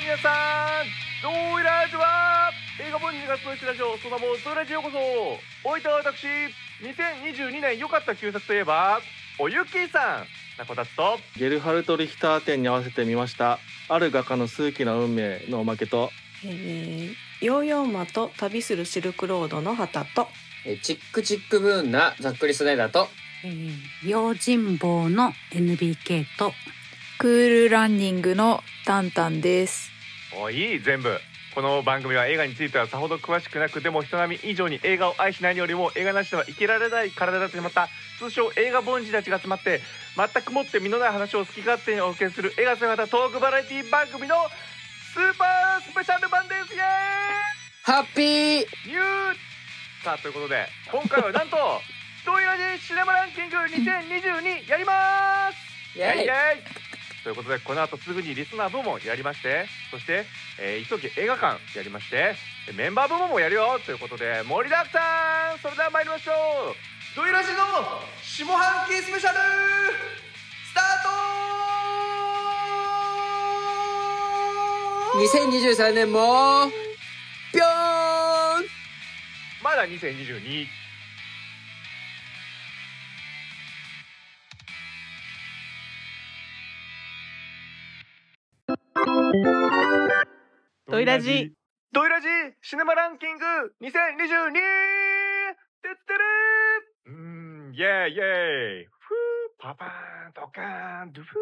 皆さんどういらじは映画本2月の1ラジオその名もドイラジようこそおいた私2022年良かった旧作といえばおゆきさんなこたつとゲルハルト・リヒター展に合わせてみましたある画家の数奇な運命のおまけとえーヨーヨーマと旅するシルクロードの旗と、えーチックチックブーンなざっくりスナイダーとえー用心棒の NBK とクールランニングのタンタンです。もういい全部この番組は映画についてはさほど詳しくなくでも人並み以上に映画を愛しないよりも映画なしでは生きられない体だとしまった通称映画凡人たちが集まって全くもって身のない話を好き勝手にお受けする映画姿トークバラエティ番組のスーパースペシャル版ですイエハッピーーイニューさあということで今回は なんと「ドイラジシネマランキング2022」やります イはいェイということでこの後すぐにリスナー部門をやりましてそして、えー、急ぎ映画館やりましてでメンバー部門もやるよということで盛りだくさんそれでは参りましょうドイラジの下半期スペシャルスタート2023年もぴょーんまだ2022ドイラジドイラジシネマランキング2022てってれーうーんイェイイェイふーパパーンドカーンドゥフー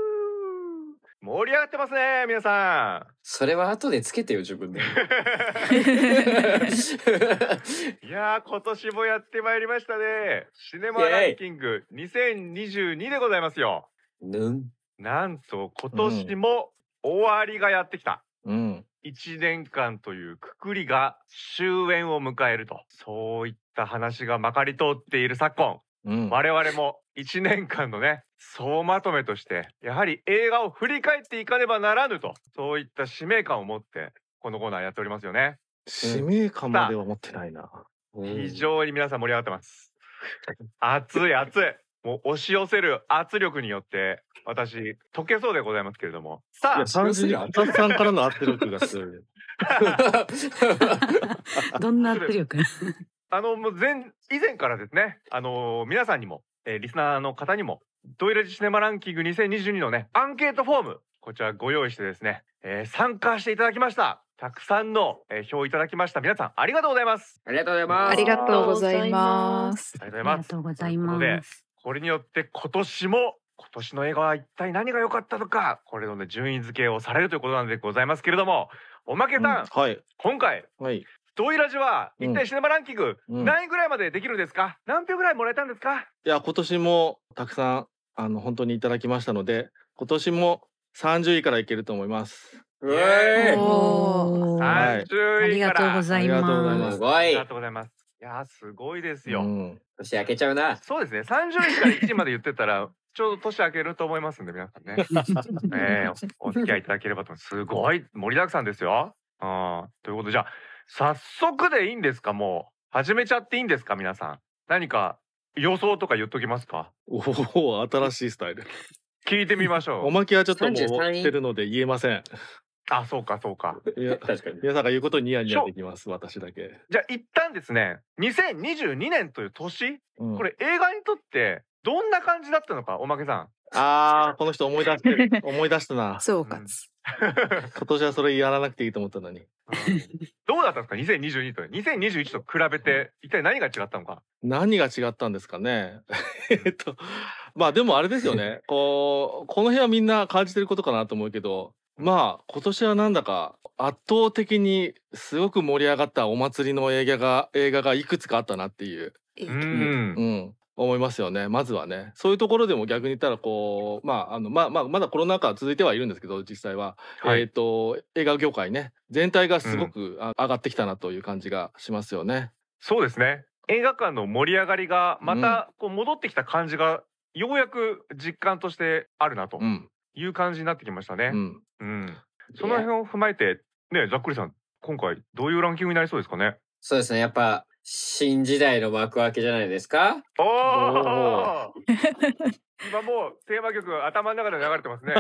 盛り上がってますね皆さそれは後でつけてよ自分 でんいやー今年もやってまいりましたねシネマランキング2022でございますよぬんなんと今年も終わりがやってきた、うん1年間というくくりが終焉を迎えるとそういった話がまかり通っている昨今うん我々も1年間のね総まとめとしてやはり映画を振り返っていかねばならぬとそういった使命感を持ってこのコーナーやっておりますよね、使命感までは持ってないな非常に皆さん盛り上がってます熱い熱いもう押し寄せる圧力によって私溶けそうでございますけれどもさいあや三十要人たさんからの 圧力がすごいどんな圧力あの、もう前、以前からですね、あのー皆さんにも、えーリスナーの方にも、ドイラジシネマランキング2022のね、アンケートフォーム、こちらご用意してですね、えー参加していただきました。たくさんの、えー票をいただきました。皆さん、ありがとうございます。ありがとうございますありがとうございます。ありあがとうごりざいがます。とうございますこれによって、今年も、今年の映画は一体何が良かったのか、これのね、順位付けをされるということなんでございますけれども、おまけさん、はい今回、はいドイラジは、一う体シネマランキング、うん何位ぐらいまでできるんですか何票ぐらいもらえたんですかいや今年もたくさんあの本当にいただきましたので今年も30位からいけると思いますうえーおおーはいあ30り位かがらとうございありがとうございまますすごありいがとうございます。いやーすごいですうよ。ん、年明けちゃうなそうですね。30位から1位まで言ってたら ちょうど年明けると思いますんで皆さんね。えーおお付き合いいただければと思います。すごい盛りだくさんですよ。うんということでじゃあ早速でいいんですかもう始めちゃっていいんですか皆さん。何か予想とか言っときますか。おお新しいスタイル聞いてみましょ おう。まけはちょっともう33追ってるので言えませんあそうかそうか。いや確かに皆さんが言うことにニヤニヤできます私だけ、じゃあ一旦ですね2022年という年うんこれ映画にとってどんな感じだったのかおまけさん。あーこの人思い出してる思い出したな総括。今年はそれやらなくていいと思ったのにどうだったんですか2022と2021と比べて一体何が違ったのか何が違ったんですかね えっとまあでもあれですよねこうこの辺はみんな感じてることかなと思うけどまあ今年はなんだか圧倒的にすごく盛り上がったお祭りの映画が映画がいくつかあったなっていう、ううん思いますよねまずはねそういうところでも逆に言ったらこうまああのまあまあまだコロナ禍は続いてはいるんですけど実際は、はいえっ、と映画業界ね全体がすごくあ上がってきたなという感じがしますよね。そうですね映画館の盛り上がりがまたこう戻ってきた感じがようやく実感としてあるなとうん、いう感じになってきましたねう、んうんその辺を踏まえてねざっくりさん今回どういうランキングになりそうですかねそうですねやっぱ新時代の幕開けじゃないですかおおお今もうテーマ曲頭の中で流れて ますね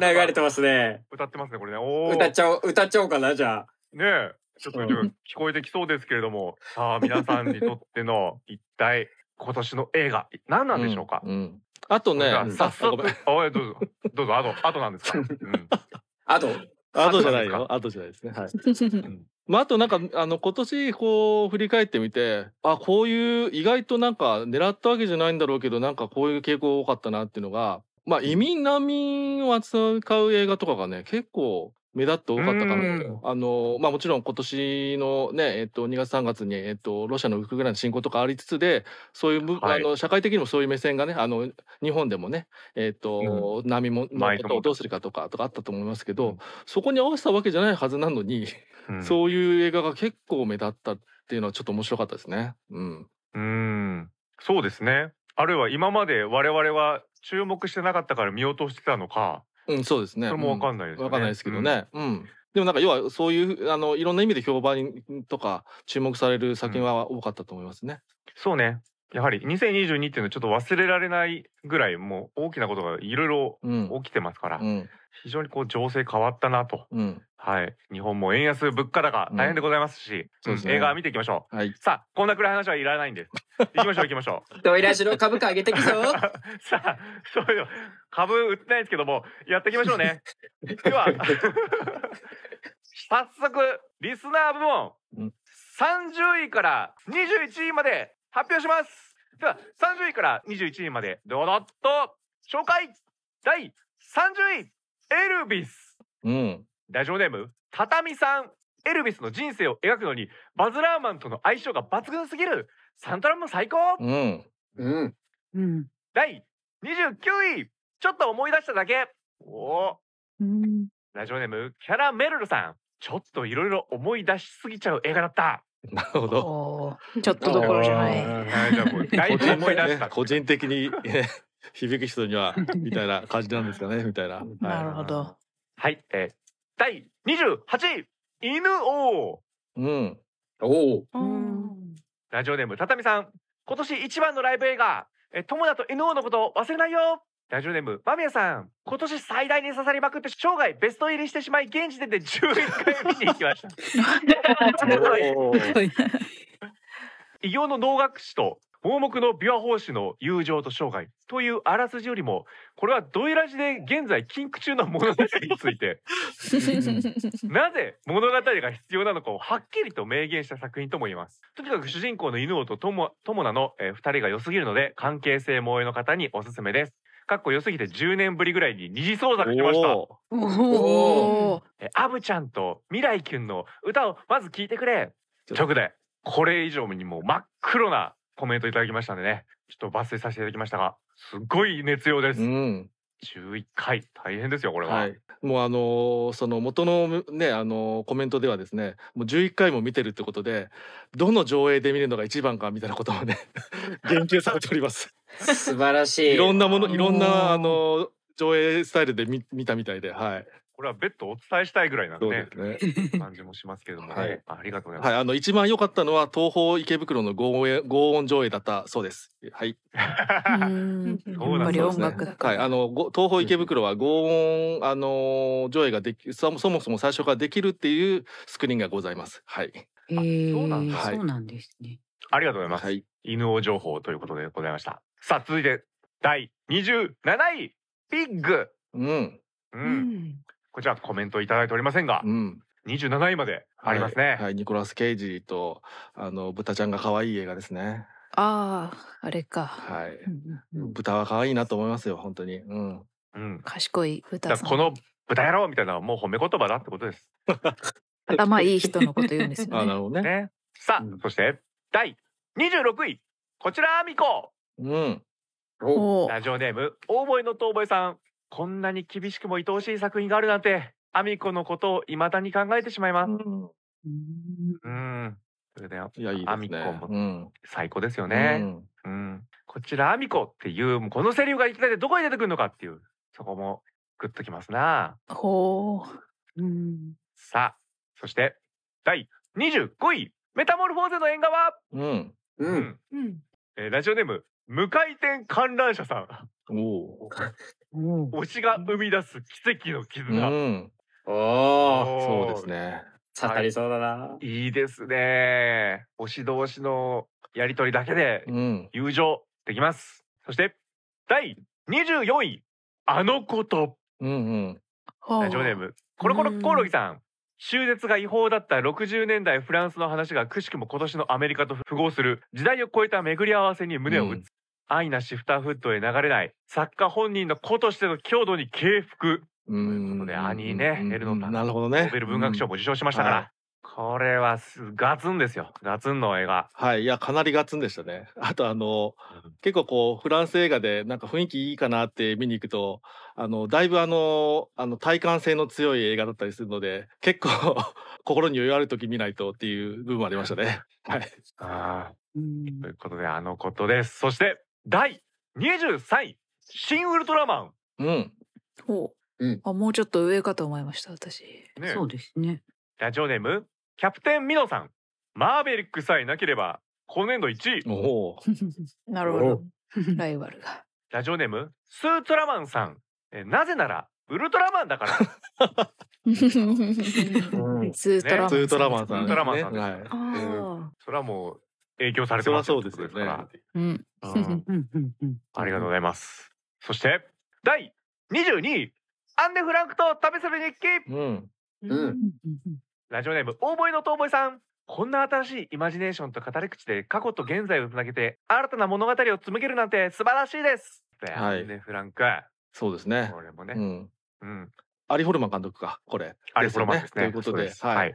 流れてますね。歌ってますねこれねおお歌っちゃおう、歌っちゃおうかな、じゃあ。ねえちょっと聞こえてきそうですけれどもさあ皆さんにとっての一体今年の映画何なんでしょうか、んんあとねじゃあ早あご速 めんおいどうぞどうぞあとあとなんですか、うんあと、あとじゃないよあとじゃないですねはいまあ、あとなんかあの今年こう振り返ってみてあこういう意外となんか狙ったわけじゃないんだろうけどなんかこういう傾向が多かったなっていうのが、まあ、移民難民を扱う映画とかがね結構目立って多かったかうなとんあの、まあ、もちろん今年のね、えっと、2月3月に、えっと、ロシアのウクライナの侵攻とかありつつでそういうむ、はいあの社会的にもそういう目線がねあの日本でもね、えっと難民ものことをどうするかとかとかあったと思いますけど、うんそこに合わせたわけじゃないはずなのに。うんそういう映画が結構目立ったっていうのはちょっと面白かったですね。うん。うーん、そうですね。あるいは今まで我々は注目してなかったから見落としてたのか、うん、そうですね。それもわかんないですうよね。んわかんないですけどね。うん。でもなんか要はそういうあのいろんな意味で評判とか注目される作品は多かったと思いますね。うん。そうね。やはり2022っていうのはちょっと忘れられないぐらいもう大きなことがいろいろうん。起きてますから、うん。非常にこう情勢変わったなと。うん。はい。日本も円安物価高大変でございますし、そうですね映画見ていきましょう。はい。さあ、こんな暗い話はいらないんです。行きましょう行きましょう。 ドイラジの株価上げてくぞ。さあ、そういうの株売ってないですけども、やっていきましょう ね。では、早速、リスナー部う門ん、 30位から21位まで発表します。では、30位から21位まで、ドドッと紹介第30位、エルビス。うん。ラジオネーム、畳さん。エルビスの人生を描くのに、バズラーマンとの相性が抜群すぎる。サントラも最高 うん。うん。うん。第29位ちょっと思い出しただけおーうんラジオネームキャラメルルさんちょっといろいろ思い出しすぎちゃう映画だったなるほど。おーちょっとどころじゃなあい。ーはいじゃあもうだいぶ思い出 した個人的にね響き人にはみたいな感じなんですかねみたいな。はいなるほど。はい、えー、第28位犬王うん。おお。 うんラジオネームたたみさん今年一番のライブ映画えー友田と犬王のこと忘れないよラジオネーム間宮さん今年最大に刺さりまくって生涯ベスト入りしてしまい現時点で11回見に行きましたおー異形の能楽師と盲目の琵琶法師の友情と生涯というあらすじよりもこれはドイラジで現在禁句中の物語についてなぜ物語が必要なのかをはっきりと明言した作品とも言えますとにかく主人公の犬王と友友名の、えー、2人が良すぎるので関係性萌えの方におすすめですかっこ良すぎて10年ぶりぐらいに二次創作しましたおーおおえアブちゃんと未来くんの歌をまず聞いてくれ直でこれ以上にもう真っ黒なコメントいただきましたんでねちょっと抜粋させていただきましたがすごい熱量です、うん。 11回大変ですよこれは、はい、もうあのーその元のねあのーコメントではですねもう11回も見てるってことでどの上映で見るのが一番かみたいなことをね 言及されております素晴らしい。いろんなものいろんおなーあのー上映スタイルで見見たみたいではいこれは別途お伝えしたいぐらいなんでそうねですね感じもしますけどもね、はいありがとうございます、はいあの一番良かったのは東宝池袋の合音合音上映だったそうですはいーうんそうやっなんですぱねり音楽だかはい、ら。あのご東宝池袋は合音あのー上映ができそそもそも最初からできるっていうスクリーンがございますはいえそうなんだー、はいそうなんですね。ありがとうございます、はい犬王情報ということでございましたさあ続いて第27位ピッグうんうん、うんこちらコメントいただいておりませんが、うん27位までありますね、はい、はいニコラス・ケイジとあの豚ちゃんが可愛い映画ですね。ああ、あれか。はい。うんうんうん豚は可愛いなと思いますよ本当に。うん。うん賢いだ歌かさらん。この豚野郎みたいなのはもう褒め言葉だってことです頭いい人のこと言うんですあなよねる。ほどね。ね。さあ、うんそして第26位こちらアミコうん。おおーラジオネーム大声の遠吠えさんこんなに厳しくも愛おしい作品があるなんてアミコのことを未だに考えてしまいますうんうんそれでいやいいでアすミコね。もうん。最高ですよねうん、こちらアミコっていうもうこのセリフが一体どこに出てくるのかっていうそこもグッときますなおー。うん。さあそして第25位メタモルフォーゼの縁側うん。うん。うん。うんえーラジオネーム無回転観覧車さん おおお推しが生み出す奇跡のう絆、んおお。おそーうですね刺さりそうだな。いいですね推し同士のやりとりだけでうん友情できますそして第24位あの子とうんうんラジオネームコロコロコオロギさん終絶が違法だった60年代フランスの話がくしくも今年のアメリカと符合する時代を超えた巡り合わせに胸を打つ、うん愛なシフターフットへ流れない作家本人の子としての強度に敬服とういうんことでアニーねうんエルノさんなるほどノねーベル文学賞うんも受賞しましたから、うんはいこれはすガツンですよガツンの映画はいいやかなりガツンでしたね あとあの結構こうフランス映画でなんか雰囲気いいかなって見に行くとあのだいぶあのあの体感性の強い映画だったりするので結構 心に余裕ある時見ないとっていう部分もありまし たねはいあーうんということであのことですそして第23位新ウルトラマうん おうんあもうちょっと上かと思いました私ン、ねそうです ね。ラジオネームキャプテンミノさんマーベリックさえなければ今年度1位おおなるほどライバルがラジオネームスートラマンさんえーなぜならウルトラマンだ からうんツートラマンツートラマンさんウルトラマンさんですねはいああ、それはもう影響されてますそりゃそうですよねってこうんとですからうんうんうんうん。ありがとうございますそして第22位アンネ・フランクと食べさべ日記うんうん。ラジオネーム大ボイの遠吠えさんこんな新しいイマジネーションと語り口で過去と現在をつなげて新たな物語を紡げるなんて素晴らしいです、ではいアンネ・フランクそうですねこれもうね、んうん、アリ・ホルマン監督かこれアリ・フロマンですねということそうでですはい、はい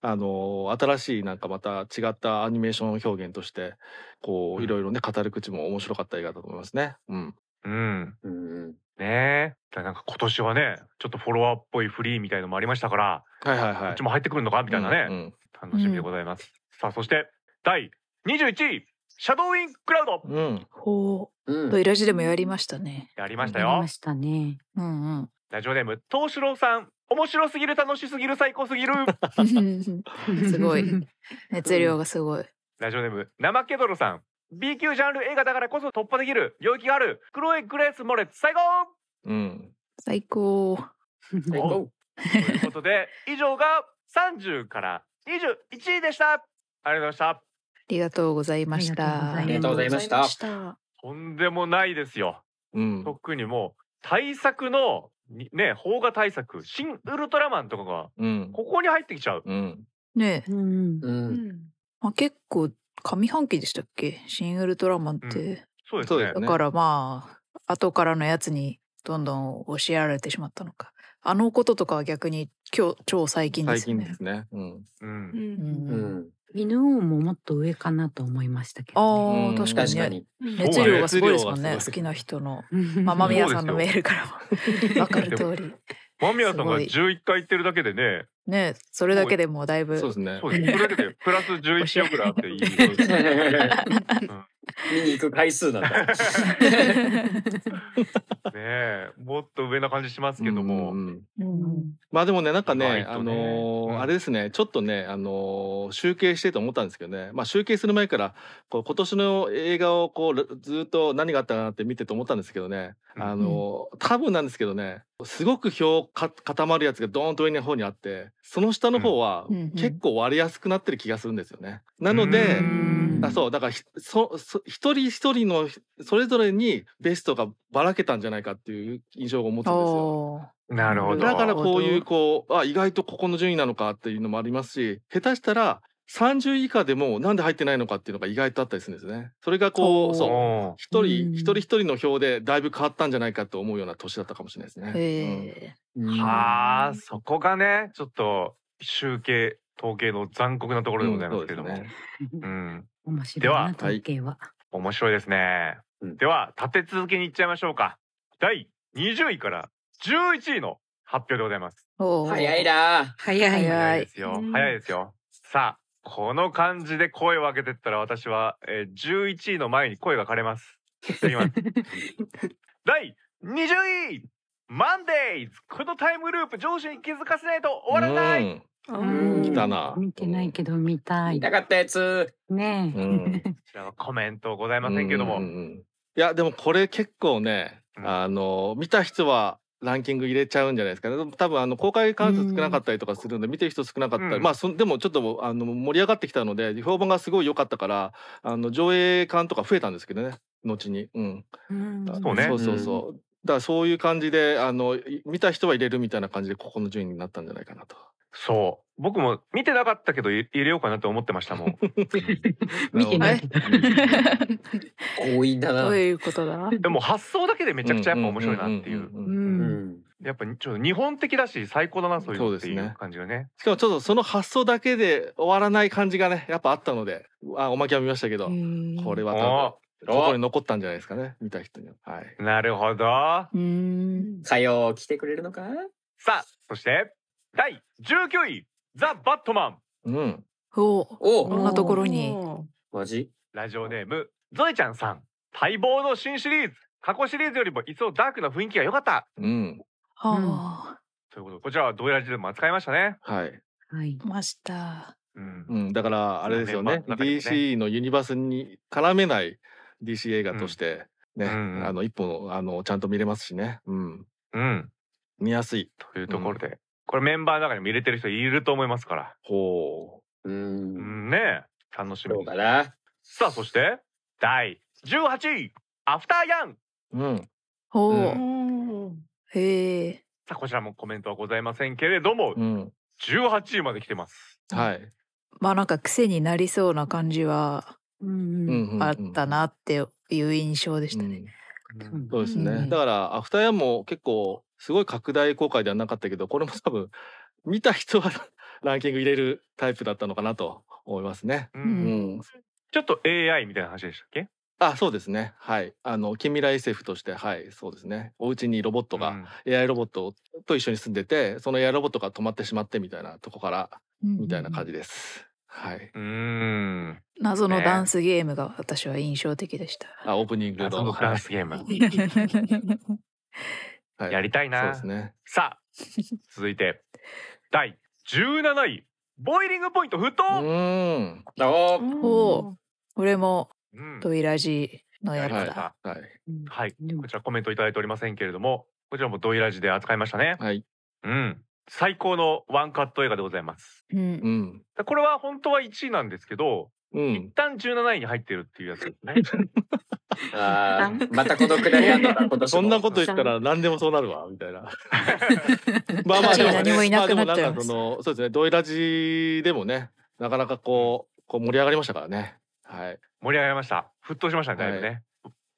あのー新しいなんかまた違ったアニメーション表現としてこううんいろいろね語り口も面白かった映画だと思いますね。うん、うんうん。ねえだからなんか今年はねちょっとフォロワーっぽいフリーみたいのもありましたから、はいはいこはっいち。も入ってくるのかみたいなね、うんうん楽しみでございます、さあそして第21位シャドウインクラウドうんほううんとイラジでもやりましたねやりましたありよましたね。うん うんラジオネーム東四郎さん面白すぎる楽し すぎる最高すぎる すごい熱量がすごいラジオネーム生けどろさん B 級ジャンル映画だからこそ突破できる領域があるクロエ・グレース・モレッツ最高うん最高最高。ということで以上が30から21位でしたありがとうございましたありがとうございましたあありがとうございました。とんでもないですようん特にもう対策のにね邦画対策新ウルトラマンとかがうんここに入ってきちゃううんねえ、うん。う。うんん、まあ、結構上半期でしたっけ新ウルトラマンって、うんそうですそうねですねだからまあ後からのやつにどんどん教えられてしまったのかあのこととかは逆に今日超最近で最すよ近ねですね。うんう、うんうんん、うん。犬王ももっと上かなと思いましたけあど、ね。うーん確かに確ねかに。熱量がすごいですもんそうねね熱量がすご好いきな人のあ ママミヤさんのそうでメすールからもわかる通り間宮さんがすごい11回言ってるだけでねねそれだけでもうだいぶそうですねそう。ですそれだけでプラス11億ぐらいあっていい見に行く回数なん だ。ねえもっと上な感じしますけども、うんうんうんまあでもねなんか意ね外あとねのーうんあれですねちょっとねあのー集計してと思ったんですけどねまあ集計する前からこう今年の映画をこうずっと何があったかなって見てと思ったんですけどねうんあのー多分なんですけどねすごく票か固まるやつがドーンと上の方にあってその下の方はうんうん 結構割れやすくなってる気がするんですよね。なので、うんあそうだからひそそ一人一人のそれぞれにベストがばらけたんじゃないかっていう印象を持つんですよ。おーなるほどだからなるほどこういうこうあ意外とここの順位なのかっていうのもありますし下手したら30以下でもなんで入ってないのかっていうのが意外とあったりするんですね。それがこうおーおそうお一う人ん一人一人の票でだいぶ変わったんじゃないかと思うような年だったかもしれないですね。うんえーはあそこがねちょっと集計統計の残酷なところでございますけれども、ううんんそうですね面白でいはな統計は。面白いですね、うんでは立て続けにいっちゃいましょうか第20位から11位の発表でございますー、おー早いな。早早い。早い ですよ、うん早いですよさあこの感じで声を上げてったら私は、えー、11位の前に声が枯れます次は 第20位マンデーズこのタイムループ上司に気づかせないと終わらない、うんうん来たな。見てないけど見たい見。たかったやつ。ねうえ。ん。こちらはコメントございませんけども、うんうんうんいやでもこれ結構ね、うんあの見た人はランキング入れちゃうんじゃないですかねでも多分あの公開関数少なかったりとかするんで、見てる人少なかったり、うんまあそんでもちょっとあの盛り上がってきたので評判がすごい良かったからあの上映感とか増えたんですけどね後に、うん、うんそうねそうそうそう、だからそういう感じであのい見た人は入れるみたいな感じでここの順位になったんじゃないかなと。そう僕も見てなかったけど入入れようかなと思ってましたもん 見てないるほどね強引だなどう。いうことだでも発想だけでめちゃくちゃやっぱ面白いなっていんうんんんんううんん。やっぱちょっと日本的だし最高だなそういうのっていそうですうね感じがねしかもちょっとその発想だけで終わらない感じがねやっぱあったのであおまけは見ましたけど、これはお多分ここに残ったんじゃないですかね見た人には。はい、ーなるほどうん火曜来てくれるのかさあそして第19位ザ・バットマンうんおこおんなところにマジラジオネームゾエちゃんさん待望の新シリーズ過去シリーズよりも一層ダークな雰囲気が良かったうんはということでこちらはドエラジでも扱いましたねはいはいあ。ましたうんうん、だからあれですよねメンバーの中にね DC のユニバースに絡めない DC 映画としてね、うんうんあの一本あのちゃんと見れますしね、うん、うん見やすい。というところで、これメンバーの中にも入れてる人いると思いますから、ほう。うんん、ねえ楽しみどうにかな。さあそして第18位アフターヤンう、うん、おうおうんへえさあこちらもコメントはございませんけれども、うん、 18位まで来てますはい、まあなんか癖になりそうな感じはうんううんん。うんうん、あったなっていう印象でしたね。うんそうですね、うんだからアフターヤンも結構すごい拡大公開ではなかったけどこれも多分見た人は ランキング入れるタイプだったのかなと思いますね。ううんうんん、ちょっと AI みたいな話でしたっけあそうですねはいあの近未来 SF としてはいそうですねお家にロボットうが、ん AI ロボットと一緒に住んでてその AI ロボットが止まってしまってみたいなとこからみたいな感じです。はい、うーん謎のねダンスゲームが私は印象的でした。あオープニングあそののダンスゲーム、 はいやりたいなそうですね。 さあ続いて第17位ボイリングポイント沸騰う、ーんどうおこれもうんトイラジのやつはいだ。はいはいこちらコメントいただいておりませんけれどもこちらもドイラジで扱いましたねはいうん最高のワンカット映画でございますうんうんこれは本当は1位なんですけど、う一ん旦17位に入ってるっていうやつですねあーまたこのくだりなんだな、今年もそんなこと言ったら何でもそうなるわみたい な。まあまあ一で位も,、何もいなくなっまあちでゃもなんいまかすそのそうですねドイラジでもねなかなかこうこう盛り上がりましたからね。はい。盛り上がりました沸騰しましたねだいぶね、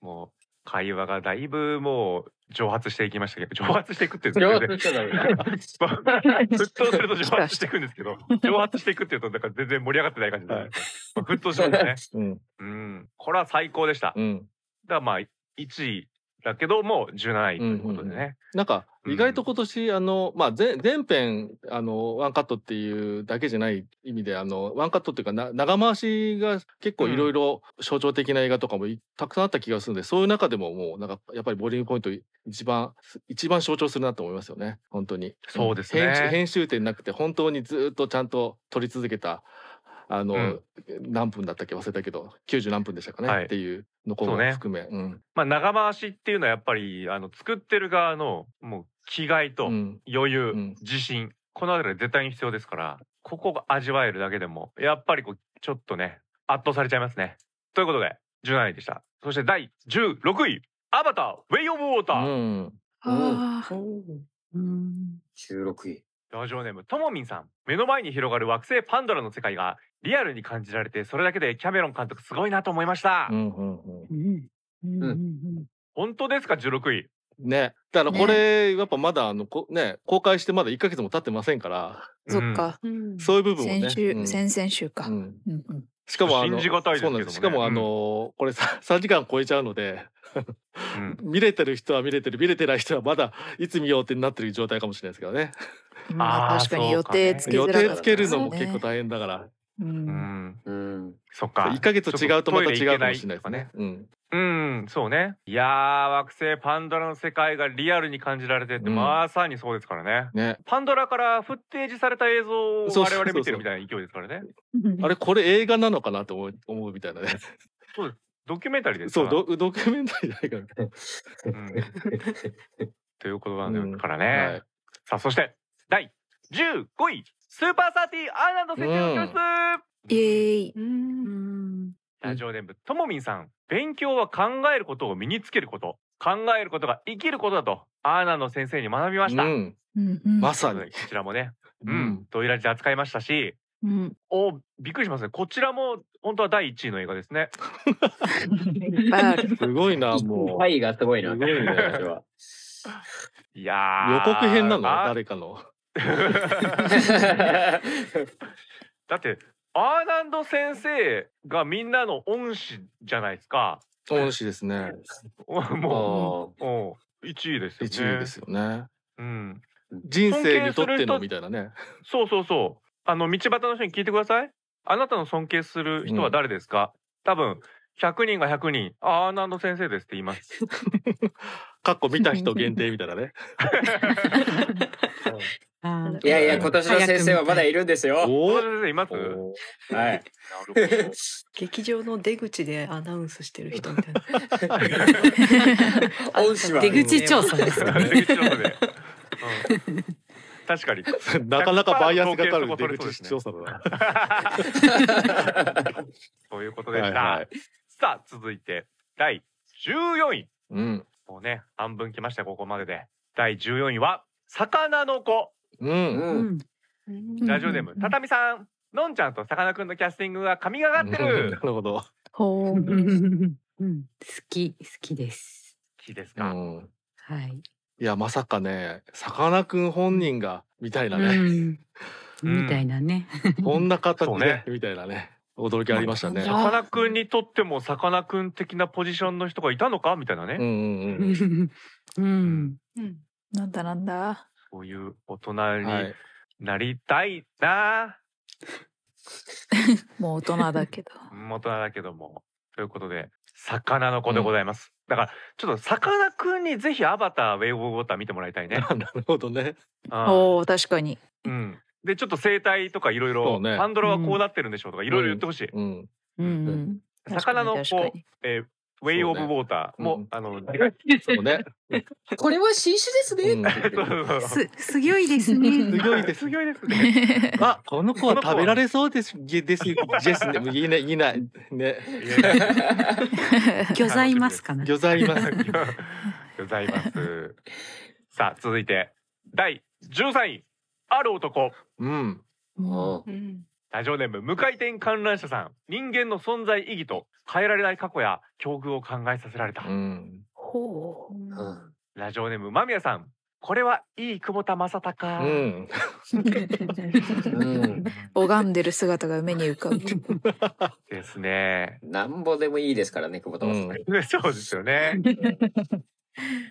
もう会話がだいぶもう蒸発していきましたけど蒸発していくっていうんです上よ 手ねじゃないまあ沸騰すると蒸発していくんですけど蒸発していくっていうとなんか全然盛り上がってない感じになるんで、まあ沸騰しましたねうんうんこれは最高でした、うん。だからまあ1位だけども17位ということでね、なんうかん意外と今年、あのまあ全全編あのワンカットっていうだけじゃない意味であのワンカットっていうかな長回しが結構いろいろ象徴的な映画とかもいたくさんあった気がするんで、そういう中でももうなんかやっぱりボーリングポイント一番一番象徴するなと思いますよね本当にそうですね編集編集点なくて本当にずっとちゃんと撮り続けたあの、うん何分だったっけ忘れたけど90何分でしたかね、はいっていうのこそうもね含めう,、まあ長回しっていうのはやっぱりあの作ってる側のもう気概とんうん余裕、うん自信このあたりが絶対に必要ですからここが味わえるだけでもやっぱりこうちょっとね圧倒されちゃいますねということで17位でしたそして第16位アバターウェイオブウォータうー、んあーうん16位。ラジオネームともみんさん目の前に広がる惑星パンドラの世界がリアルに感じられてそれだけでキャメロン監督すごいなと思いました、うんうんうんうんうんう本当ですか16位ね、だからこれ、やっぱまだあのこ、ね、公開してまだ1ヶ月も経ってませんから、そっ、か。うんそういう部分をね。先週、うん先々週か。ううんんうんしかもあの信じ難いですけどねそうなんですしかもあのこれ 3, 時間超えちゃうのでうんうん見れてる人は見れてる見れてない人はまだいつ見ようってなってる状態かもしれないですけどねまああー確かそうにか予定つけづ予らかった、定つけるのも結構大変だから、ううんん、うん。そっか1か月違うとまた違うかもしれないですね。うんうんそうねいやー惑星パンドラの世界がリアルに感じられてって、うんまさにそうですからねね、パンドラからフッテージされた映像をそう我そうそうそう々見てるみたいな勢いですからねあれこれ映画なのかなと思う思うみたいなねドキュメンタリーですかそうらドドキュメンタリーじゃないからう んということなんうんだからね、はいさあそして第15位スーパーサーティーアイランド先生の教室、イエーイうんラジオネームともみんさん勉強は考えることを身につけること考えることが生きることだとアーナの先生に学びました、うん、うんうんまさにこ、ちらもねう、うんん、ドイラジで扱いましたしうんおびっくりしますねこちらも本当は第1位の映画ですねいっぱいあ るすご いなもうはいがすごいな。すごいねこれはいやー予告編なのあ誰かの だってアーナンド先生がみんなの恩師じゃないですか 恩師ですねおもあうお1位ですよね一位ですよねうん、人生にとってのみたいなねそうそうそうあの道端の人に聞いてくださいあなたの尊敬する人は誰ですか、多分100人が100人アーナンド先生ですって言いますかっこ見た人限定みたいなねあーいやいや、今年の先生はまだいるんですよ。アーおナンド先生いますおはない。るほど劇場の出口でアナウンスしてる人みたいな恩師は出口調査ですかね出口調査 でうん確かに なかなかバイアスがかかる出口調査だな、ということではしいた、はいさあ続いて第14位うんもうね半分来ましたここまでで第14位は魚の子う うんん。ラジオネーム、うんたたみさんのんちゃんとさかなクンのキャスティングが神がかって うんなるるほど、ほううんうん好き好きです好きですうか、ん、はいいやまさかねさかなクン本人がみたいなうね、んみたいなねこんな形そうで、ねみたいなね驚きありましたねさかなクンにとってもさかなクン的なポジションの人がいたのかみたいなね、うんうんううんんうんなんだなんだそういう大人 はにい、なりたいな、もう大人だけどうん大人だけどもということで魚の子でございます、だからちょっとさかなクンにぜひアバターウェイウォーウォーター見てもらいたいね、 なるほどねうんおお確かにうん、でちょっと生態とかいろいそろうねパンドラはこうなってるんでしょうとかいろいろ言ってほしい、うんうんうん魚の確かに確か子にえーウェイオブウォーターも、うんあの、そうね、これは新種ですうん、すすごいです ねすごいですすごいです ね。 あこの子は食べられそうですげですですね言えない言えないね 魚材ますかな魚材います ございます。さあ続いて第13位ある男うんうんうんラジオネーム無回転観覧車さん人間の存在意義と変えられない過去や境遇を考えさせられた、うんほううんラジオネーム間宮さんこれはいい久保田正う孝、んうん。拝んでる姿が目に浮かぶですね なんぼでもいいですからね、久保田さん。うんそうですよ ね。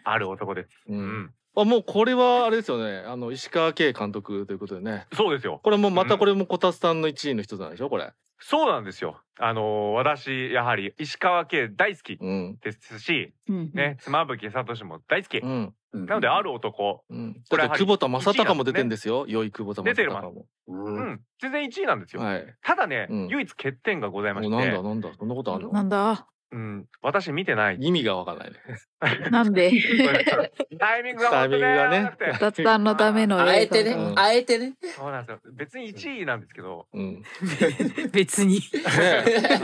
ある男です。ううんん、あもうこれはあれですよねあの石川圭監督ということでねそうですよ。これもまたこれもこたつさんの一位の一つなんでしょこれそうなんですよ。あのー私やはり石川県大好きうんですし、うん ね、妻夫木聡も大好き。うんうんなのである男、うんこれだはって久保田正孝も出てんですよ良い久保田正出てる孝もううん。ん、全然1位なんですよ。はいただね、うん唯一欠点がございまもうしなんだて、なんだそんなことあるなのんだうん、私見てない。意味がわからないねなんで タイミングが本当ねタイミングが合ねわなくて雑談のためのあえ映画てねう、んあえてね。そうなんですよ。別に1位なんですけど、 うん別にね、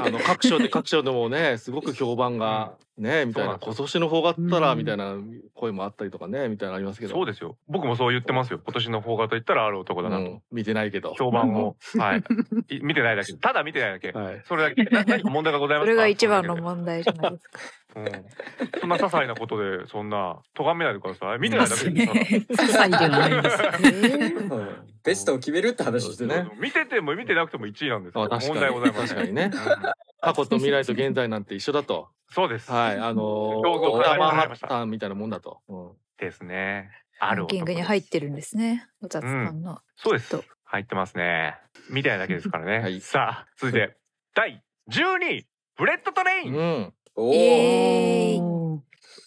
あの各所で各所でもねすごく評判がねみたいそうなんなですよ今年の方があったらうんみたいな声もあったりとかねみたいなのありますけどそうですよ。僕もそう言ってますよ。今年の邦画と言ったらある男だなうと。ん見てないけど評判を、はい、い見てないだ け、ただ見てないだけ。はいそれだけ、な何か問題がございまそすかれが一番の問題じゃないですかうんそんな些細なことで、そんな、咎めないでください。見てないだけですから些細ではない ですうんベストを決めるって話ですね。見てても見てなくても1位なんですけどあ確か問に題ございま確せんかにねうん過去と未来と現在なんて一緒だとそうです。はいあの道具をオ変ーえらマンれハましたッタンみたいなもんだと、うんですね。あラるンキン男グに入ってるんですね雑談のそうですと。入ってますねみたいだけですからね、はいさあ続いて第12位ブレッドトレイン、うんおイお。エーイ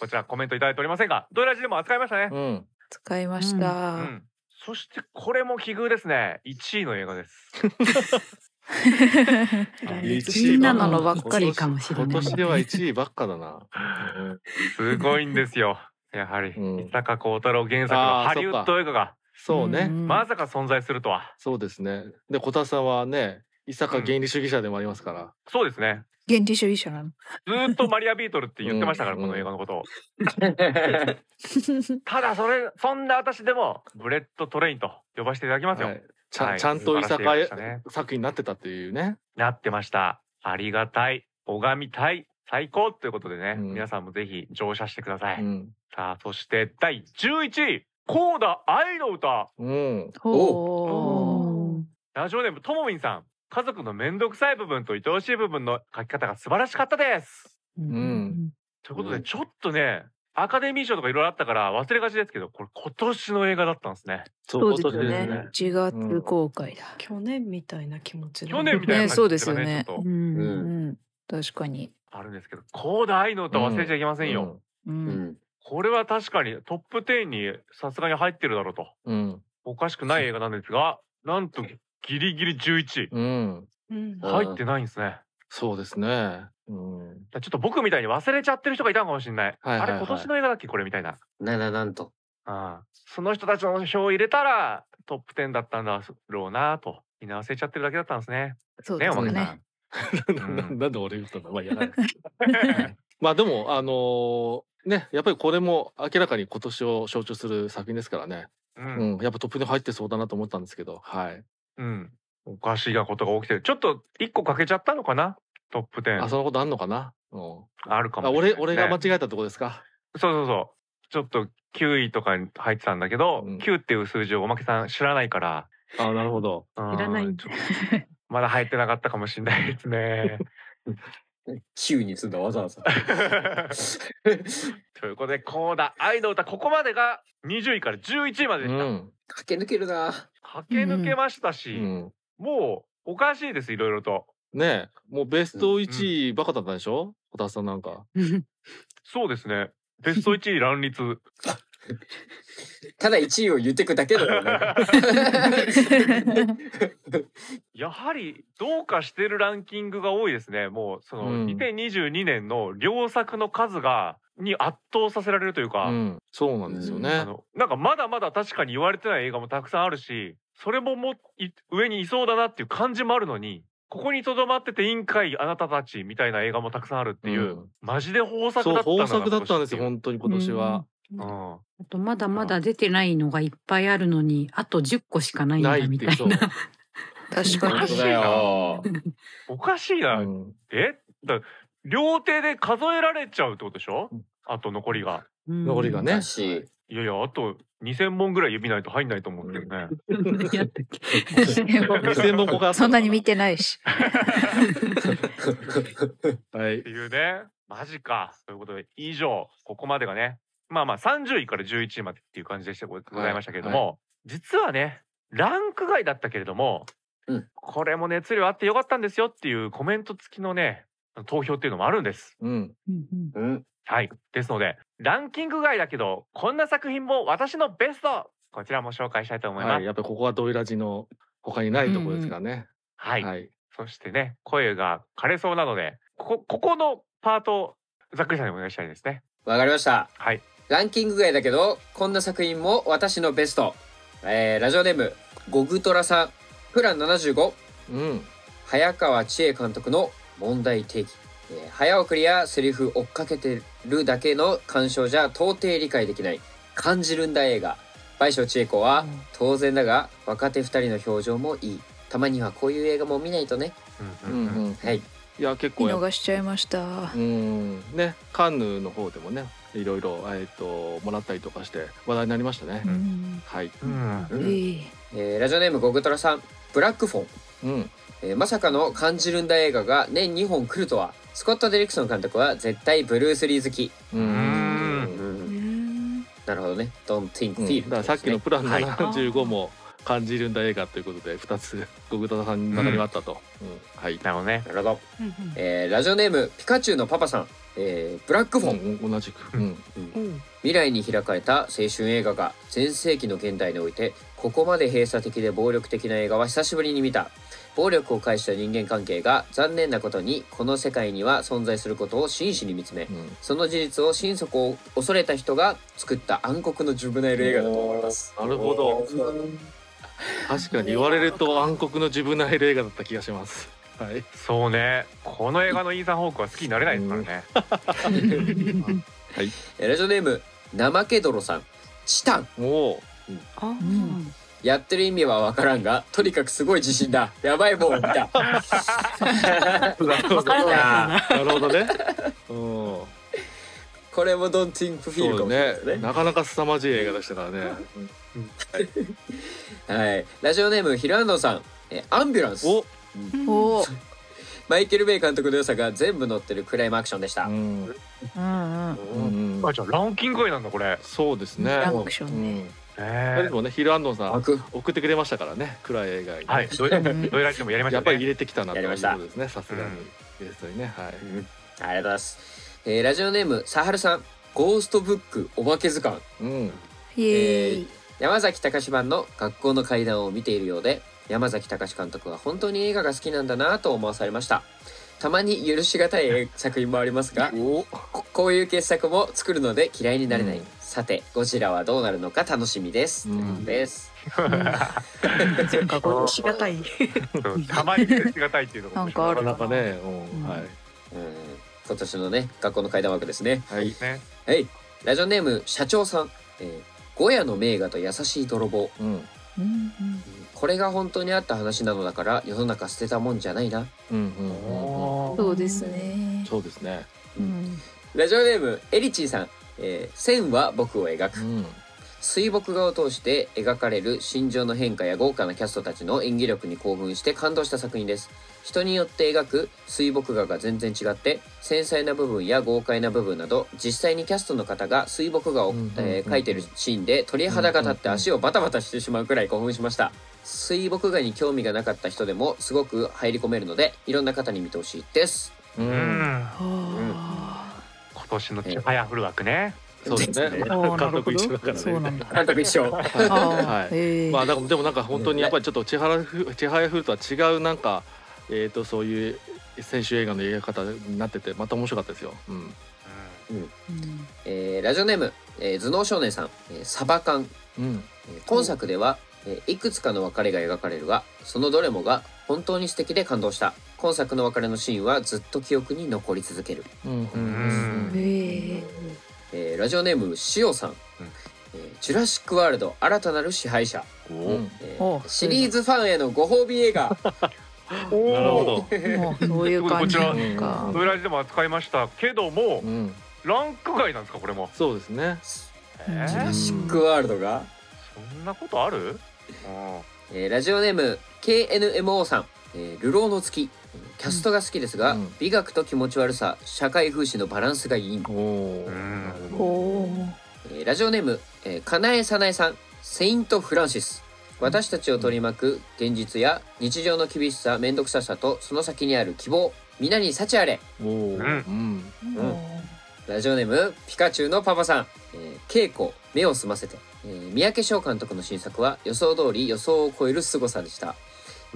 こちらコメントいただいておりませんがドイラジでも扱いましたね、うん使いました、うんそしてこれも奇遇ですね1位の映画ですみんななののばばっっかかりりかもしれ今ない年。では1位ばっか だな。うんすごいんですよ やはり、うん伊坂幸太郎原作のあーハリウッド映画がそうね、んまさか存在するとはそうですね。で、小田さんはね、伊坂原理主義者でもありますから。そうですね原理主義者なのずーっとマリアビートルって言ってましたから、うんこの映画のことをただそれそんな私でもブレッドトレインと呼ばせていただきますよ、はいちゃんはいちゃんと伊素晴らしい映画でした坂ね作品になってたっていうね。なってましたありがたい拝みたい最高ということでね、うん皆さんもぜひ乗車してください、うん。さあそして第11位コーダ愛の歌うん。ほラジオネームともみんさん家族の面倒くさい部分と愛おしい部分の書き方が素晴らしかったですううんということで、うんちょっとねアカデミー賞とかいろいろあったから忘れがちですけどこれ今年の映画だったんですねそ、そううで今す年よですねね。 1月公開だ、去年みたいな気持ち去年みたいな感じねそうですよねちょっう。とうんん。うん確かに、あるんですけどコーダ愛の歌忘れちゃいけませんよ、ううんん。これは確かにトップ10にさすがに入ってるだろうとうん。おかしくない映画なんですがなんとギリギリ11位うん。うん。うんあ入ってないんですねそうですね。うん。だからちょっと僕みたいに忘れちゃってる人がいたのかもしれない,、はいはいはいあれ今年の映画だっけこれみたいな、なななんと。うん、その人たちの票を入れたらトップ10だったんだろうなとみんな忘れちゃってるだけだったんですねそうねでおすまけさん、ねんななんで俺言ったのまあいいや はいまあでも、あのーね、やっぱりこれも明らかに今年を象徴する作品ですからね。うんうん。やっぱトップに入ってそうだなと思ったんですけど。はい。うん。おかしいなことが起きてる。ちょっと一個欠けちゃったのかなトップ10。あ、そのことあんのかなうん。あるかもあしれない俺ですね、俺が間違えたとこですか。そうそうそう。ちょっと9位とかに入ってたんだけど、うん9っていう数字をおまけさん知らないから。あなるほど。うんいらないんだちょっとまだ入ってなかったかもしれないです ね。 9にすんだ、わざわざ。ということで、コーダ、愛の歌、ここまでが20位から11位までうでした。ん。駆け抜けるな。駆け抜けましたし、うん、もうおかしいです、いろいろと。ねえもうベスト1位ばかだったでしょ小田さんなんか。そうですね。ベスト1位乱立。 ただ1位を言ってくだけだよね。やはりどうかしてるランキングが多いですね。もうそうんの2022年の良作の数がに圧倒させられるといううか、ん、そうなんですよあね。のなんかまだまだ確かに言われてない映画もたくさんあるし、それももうい上にいそうだなっていう感じもあるのに。ここにとどまってて委員会あなたたちみたいな映画もたくさんあるっていう、うんマジで豊作そだうったな豊作だったんですよ今本当に今年は。年ってあとまだまだ出てないのがいっぱいあるのにあと10個しかないんなだいっみてたいういそう。な。 確かおにかしいな。よ。おかしいうな。んえだ両手で数えられちゃうってことでしょうんあと残りが。残りがねだし、いやいや、あと2000本ぐらい指ないと入んないと思うんですけどね。うん。やったっけ2000本ここそんなに見て。てないしはいって。いうね。マジか。ということで、以上、ここまでがね、まあまあ30位から11位までっていう感じでしたごございましたけれども、実はね、ランク外だったけれども、うんこれも熱量あってよかったんですよっていうコメント付きのね、投票っていうのもあるんです。うん。うん。はい。ですので、ランキング外だけど、こんな作品も私のベストこちらも紹介したいと思いまはすい。。やっぱりここはドイラジの他にないところですからね。はい。はい。そしてね、声が枯れそうなので、ここ、ここのパートをざっくりさんにお願いしたいですね。わかりました。はい。ランキング外だけど、こんな作品も私のベスト。えーラジオネーム、ゴグトラさん。プラン75、うん。早川千恵監督の問題提起。えー早送りやセリフ追っかけてるだけの鑑賞じゃ到底理解できない。感じるんだ映画。倍賞千恵子は当然だが、若手二人の表情もいい。たまにはこういう映画も見ないとね。うん。うん。はい。いや結見構やっぱ逃しちゃいましたうんねカンヌの方でもねいろいろえっ、ともらったりとかして話題になりましたね。うんはい。うん。うんいいえーラジオネームゴグトラさん。ブラックフォン。うん。えーまさかの感じるんだ映画が年2本来るとはスコット・デリクソン監督は絶対ブルース・リー好き、ううんんなるほどね Don't think うん feel、だからさっきのプランはい75も感じるんだ映画ということで2つごぐたさんの中にはあったと、うんはい、なるほどねなるほど、うんうんえーラジオネームピカチュウのパパさん、えーブラックフォン、うん同じく、うんうん未来に開かれた青春映画が全盛期の現代においてここまで閉鎖的で暴力的な映画は久しぶりに見た暴力を介した人間関係が残念なことにこの世界には存在することを真摯に見つめうんその事実を心底恐れた人が作った暗黒のジュブナイル映画だと思いますなるほど確かに言われると暗黒の自分の映画だった気がしますはいそうねこの映画のイーサン・ホークは好きになれないですからね、えーラジオネーム怠け泥さんチタンおおあうんやってる意味はわからんがとにかくすごい自信だやばいもん見たなるほどわからなないるほどねうんこれもドンティンクフィールそかうもしれないですねねなかなか凄まじい映画でしたからね、はい、ラジオネームヒルアンドンさん、えーアンビュランスお、おお、マイケル・ベイ監督の良さが全部乗ってるクライマーアクションでした、うんうんうん、うんあじゃあランキング外なんだこれそうですねランクションね。うん、でねもねヒルアンドンさん枠送ってくれましたからね暗い映画に、はいど ういうラジオもやりましやたっぱりね入れてきたなといやりうこましたとですねさすがに、ゲストにねはいありがとうございます、えーラジオネームサハルさんゴーストブックお化け図鑑うんイエーイ。山崎隆版の学校の階段を見ているようで山崎隆監督は本当に映画が好きなんだなと思わされましたたまに許しがたい作品もありま すがおここういう傑作も作るので嫌いになれない、うんさてゴジラはどうなるのか楽しみです、うんということです そっかこれしがたいそうたまに許しがたいっていうのが面白いななんかかなかね、うんうんはいうん今年のね学校の階段枠ですねはいねはいラジオネーム社長さん、えー、ゴヤの名画と優しい泥棒うんうんこれが本当にあった話なのだから世の中捨てたもんじゃないなうんうんうんうんうん、おそうですね。そうですねうん、ラジオネームエリチーさん、えー、線は僕を描うくん水墨画を通して描かれる心情の変化や豪華なキャストたちの演技力に興奮して感動した作品です人によって描く水墨画が全然違って繊細な部分や豪快な部分など実際にキャストの方が水墨画を、うん えーうん描いてるシーンで鳥肌が立って足をバタバタしてしまうくらい興奮しました水墨画に興味がなかった人でもすごく入り込めるのでいろんな方に見てほしいですううんん今年のちはやフル枠ねそう ですねあーな監るほ督一緒だからど。ねそうなんだ。監督一緒はあいーええまあでもでもなんか本当にやっぱりちょっと千原ふ千早フルとは違うなんかえっ、とそういう選手映画の描き方になっててまた面白かったですよ。うん。えーラジオネーム、えー頭脳少年さん、えーサバ缶うん。えー今作では、えーいくつかの別れが描かれるがそのどれもが本当に素敵で感動した今作の別れのシーンはずっと記憶に残り続ける、うんううんん。えええーラジオネームしおさん、えージュラシック・ワールド新たなる支配者」うんえーおシリーズファンへのご褒美映画お なるほど。もうそういう感じなのか。ブラジでも扱いましたけどもうん。ランク外なんですかこれもそうですね。えジューラシック・ワールドが、そんなことあるえーラジオネーム KNMO さん「えー流浪の月」キャストが好きですが、うん美学と気持ち悪さ社会風刺のバランスがいいおおうー。んなるおほおー。えーラジオネーム、えー、かなえさなえさん、セイント・フランシス。私たちを取り巻く現実や日常の厳しさ、めんどくささとその先にある希望、皆に幸あれ。ど。おお。ううんん。ラジオネーム、ピカチュウのパパさん、えー、稽古、目を澄ませて。えー三宅翔監督の新作は予想通り予想を超える凄さでした。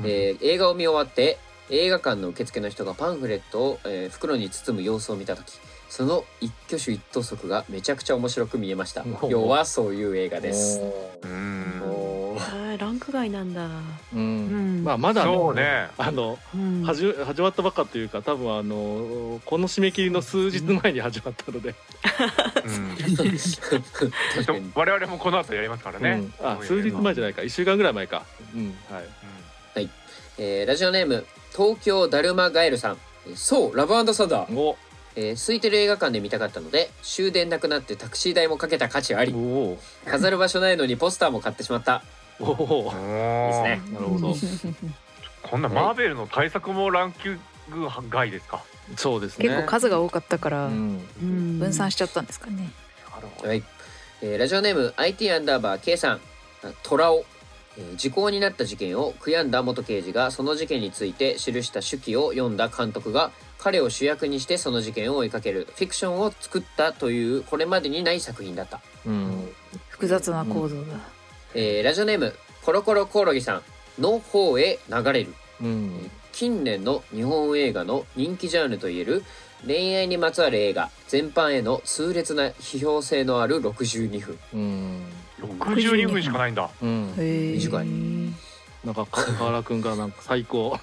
えー映画を見終わって、映画館の受付の人がパンフレットを、えー袋に包む様子を見たとき、その一挙手一投足がめちゃくちゃ面白く見えました。要はそういう映画です。うあんのーあーランク外なんだう。うんん。まあまだそうねあのうん始め始まったばっかというか多分あのこの締め切りの数日前に始まったので、 うん確かに我々もこの後やりますからうねんあ数日前じゃないか一週間ぐらい前か。うんはい。えーラジオネーム東京ダルマガエルさんえーそうラブサンダー、おえー空いてる映画館で見たかったので終電なくなってタクシー代もかけた価値ありおお飾る場所ないのにポスターも買ってしまったおおう。んですねなるほど。こんなマーベルの対策もランキング外ですかそうですね。結構数が多かったかうらん。うん分散しちゃったんですかね。なるほどはい、えーラジオネーム IT アンダーバー K さんあトラオえー時効になった事件を悔やんだ元刑事がその事件について記した手記を読んだ監督が彼を主役にしてその事件を追いかけるフィクションを作ったというこれまでにない作品だった、うん複雑な構造だ。えーラジオネームコロコロコオロギさんの方へ流れるうん近年の日本映画の人気ジャンルといえる恋愛にまつわる映画全般への痛烈な批評性のある62分うん62分しかないんだうんへえ。短いなんかか河原くんがなんか最高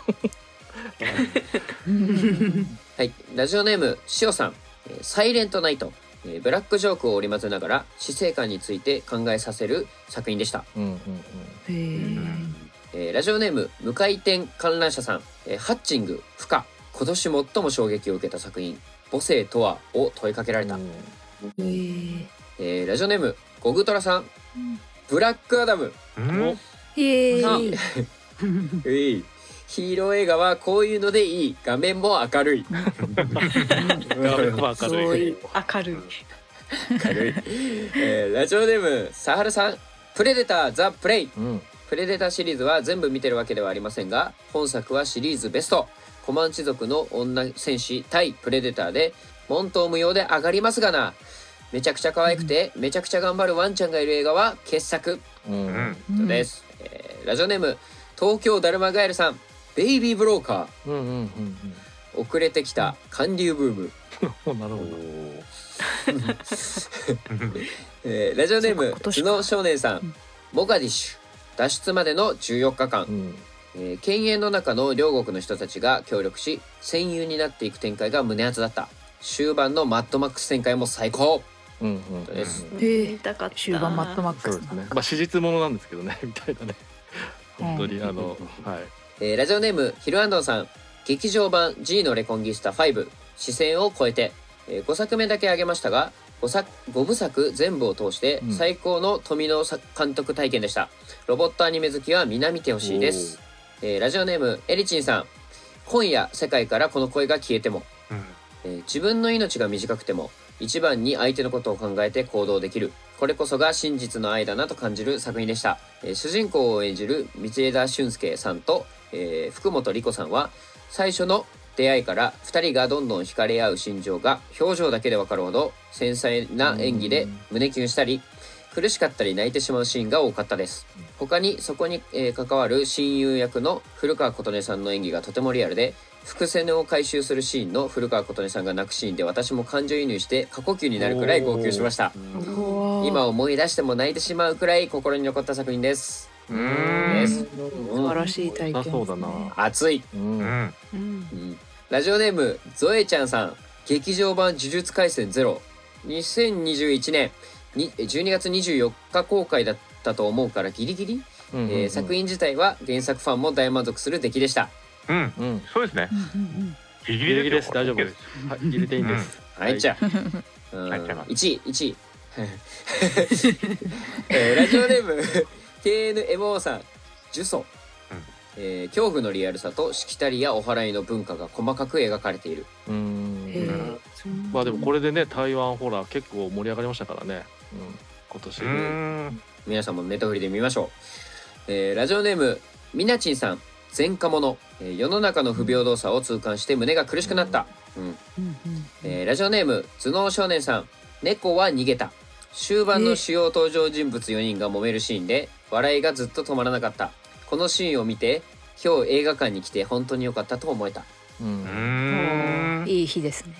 はい、ラジオネームしおさん、えーサイレントナイト、えーブラックジョークを織り交ぜながら死生観について考えさせる作品でした、うんうんうんへえ。えーラジオネーム無回転観覧車さん、えーハッチング不可今年最も衝撃を受けた作品母性とはを問いかけられた、うんえーラジオネームゴグトラさん、ブラックアダムうんイエあーイ。ういヒーロー映画はこういうのでいい画面も明るい 画面は明るい明るい明るい、えーラジオネームサハルさんプレデターザ・プレイうんプレデターシリーズは全部見てるわけではありませんが本作はシリーズベストコマンチ族の女戦士対プレデターで問答無用で上がりますがなめちゃくちゃ可愛くて、めちゃくちゃ頑張るワンちゃんがいる映画は傑作ううんんです、えーラジオネーム東京ダルマガエルさんベイビーブローカうんうんうんー遅れてきた韓流ブーム、うんなるほどえーラジオネーそうムか今年か角少年さん、モガディッシュ脱出までの14日間うんえー犬猿の中の両国の人たちが協力し戦友になっていく展開が胸熱だった終盤のマッドマックス展開も最高うんうんです、へえ見たかった終盤マットマッそクうスです。ねまあ史実ものなんですけどね みたいなね本当にあのはいえーラジオネームヒルアンドンさん劇場版 G のレコンギスタ5視線を超えて、え5作目だけ挙げましたが 5, 作5部作全部を通してうん最高の富野さ監督体験でした、ロボットアニメ好きは皆見てほしいです、えーラジオネームエリチンさん今夜世界からこの声が消えてもえー自分の命が短くても一番に相手のことを考えて行動できるこれこそが真実の愛だなと感じる作品でした、えー主人公を演じる道枝俊介さんと、えー福本莉子さんは最初の出会いから2人がどんどん惹かれ合う心情が表情だけでわかるほど繊細な演技で胸キュンしたり苦しかったり泣いてしまうシーンが多かったです他にそこに、えー関わる親友役の古川琴音さんの演技がとてもリアルで伏線を回収するシーンの古川琴音さんが泣くシーンで私も感情移入して過呼吸になるくらい号泣しました今思い出しても泣いてしまうくらい心に残った作品です、うんです素晴らしい体験。あそうだな。熱い、うんうんうんラジオネームゾエちゃんさん劇場版呪術廻戦ゼロ2021年に12月24日公開だったと思うからギリギリうんうんえーうん作品自体は原作ファンも大満足する出来でした。うんうんそうですねギリギギリギリリです大丈夫ですすはい入れていいんですはい、じゃあ。 うん入っちゃいます1位、1位。えーラジオネー ム、KNMO さん、呪う詛。んえー恐怖のリアルさとしきたりやお祓いの文化が細かく描かれている。うんへえまあでもこれでね台湾ホラー結構盛り上がりましたからねうん今年うー皆さんもネタフリで見ましょう、えーラジオネームみなちんさん前科者、えー世の中の不平等さを痛感して胸が苦しくなった、うんえーラジオネーム頭脳少年さん猫は逃げた終盤の主要登場人物4人が揉めるシーンで笑いがずっと止まらなかったこのシーンを見て今日映画館に来て本当に良かったと思えた、うんんいい日ですね。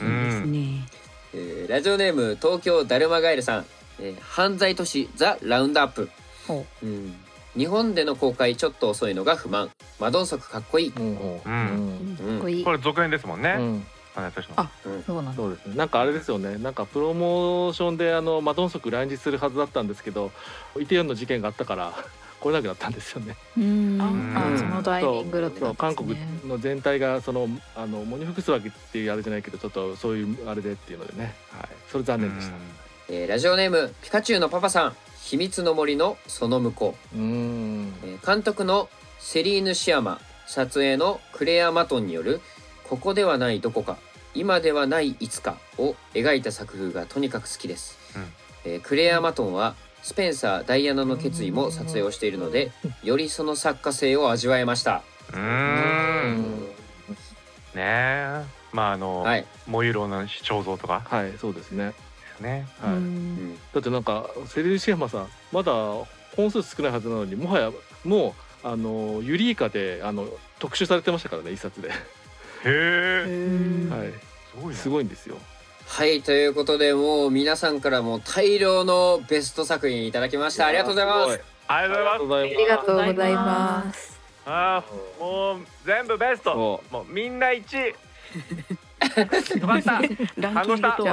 ういいですんね。えーラジオネーム東京ダルマガエルさん、えー犯罪都市ザ・ラウンドアップほうん日本での公開ちょっと遅いのが不満マドンソクかっこいい、うんうんうんこいいこ。れ続編ですもんうねんあの私のあそうなんだ。そうですねなんかあれですよねなんかプロモーションであのマドンソク来日するはずだったんですけどイテヨンの事件があったから 来れなくなったんですよねうん。うあんそのタイミングだっそうんたですね。韓国の全体がそのあの喪に服すわけっていうあれじゃないけどちょっとそういうあれでっていうのでね、はい、それ残念でしたえーラジオネームピカチュウのパパさん秘密の森のその向こうーんう、えー監督のセリーヌ・シアマ撮影のクレア・マトンによる「ここではないどこか今ではないいつか」を描いた作風がとにかく好きです、うんえークレア・マトンはスペンサーダイアナの決意も撮影をしているのでよりその作家性を味わえましたうーんねえまああの、はい、モユロの肖像とかはいそうですね、ですねはいうんだってなんかセリル・シェーマさんまだ本数少ないはずなのにもはやもうあのユリイカであの特集されてましたからね一冊で、はへえうんい、すごいなすごいんですよはいということでもう皆さんからも大量のベスト作品いただきましたありがとうございますありがとうございますござありがとうございありがとうございま。ますあーもう全部ベストそもうみんな1位よかったランキングとじうゃ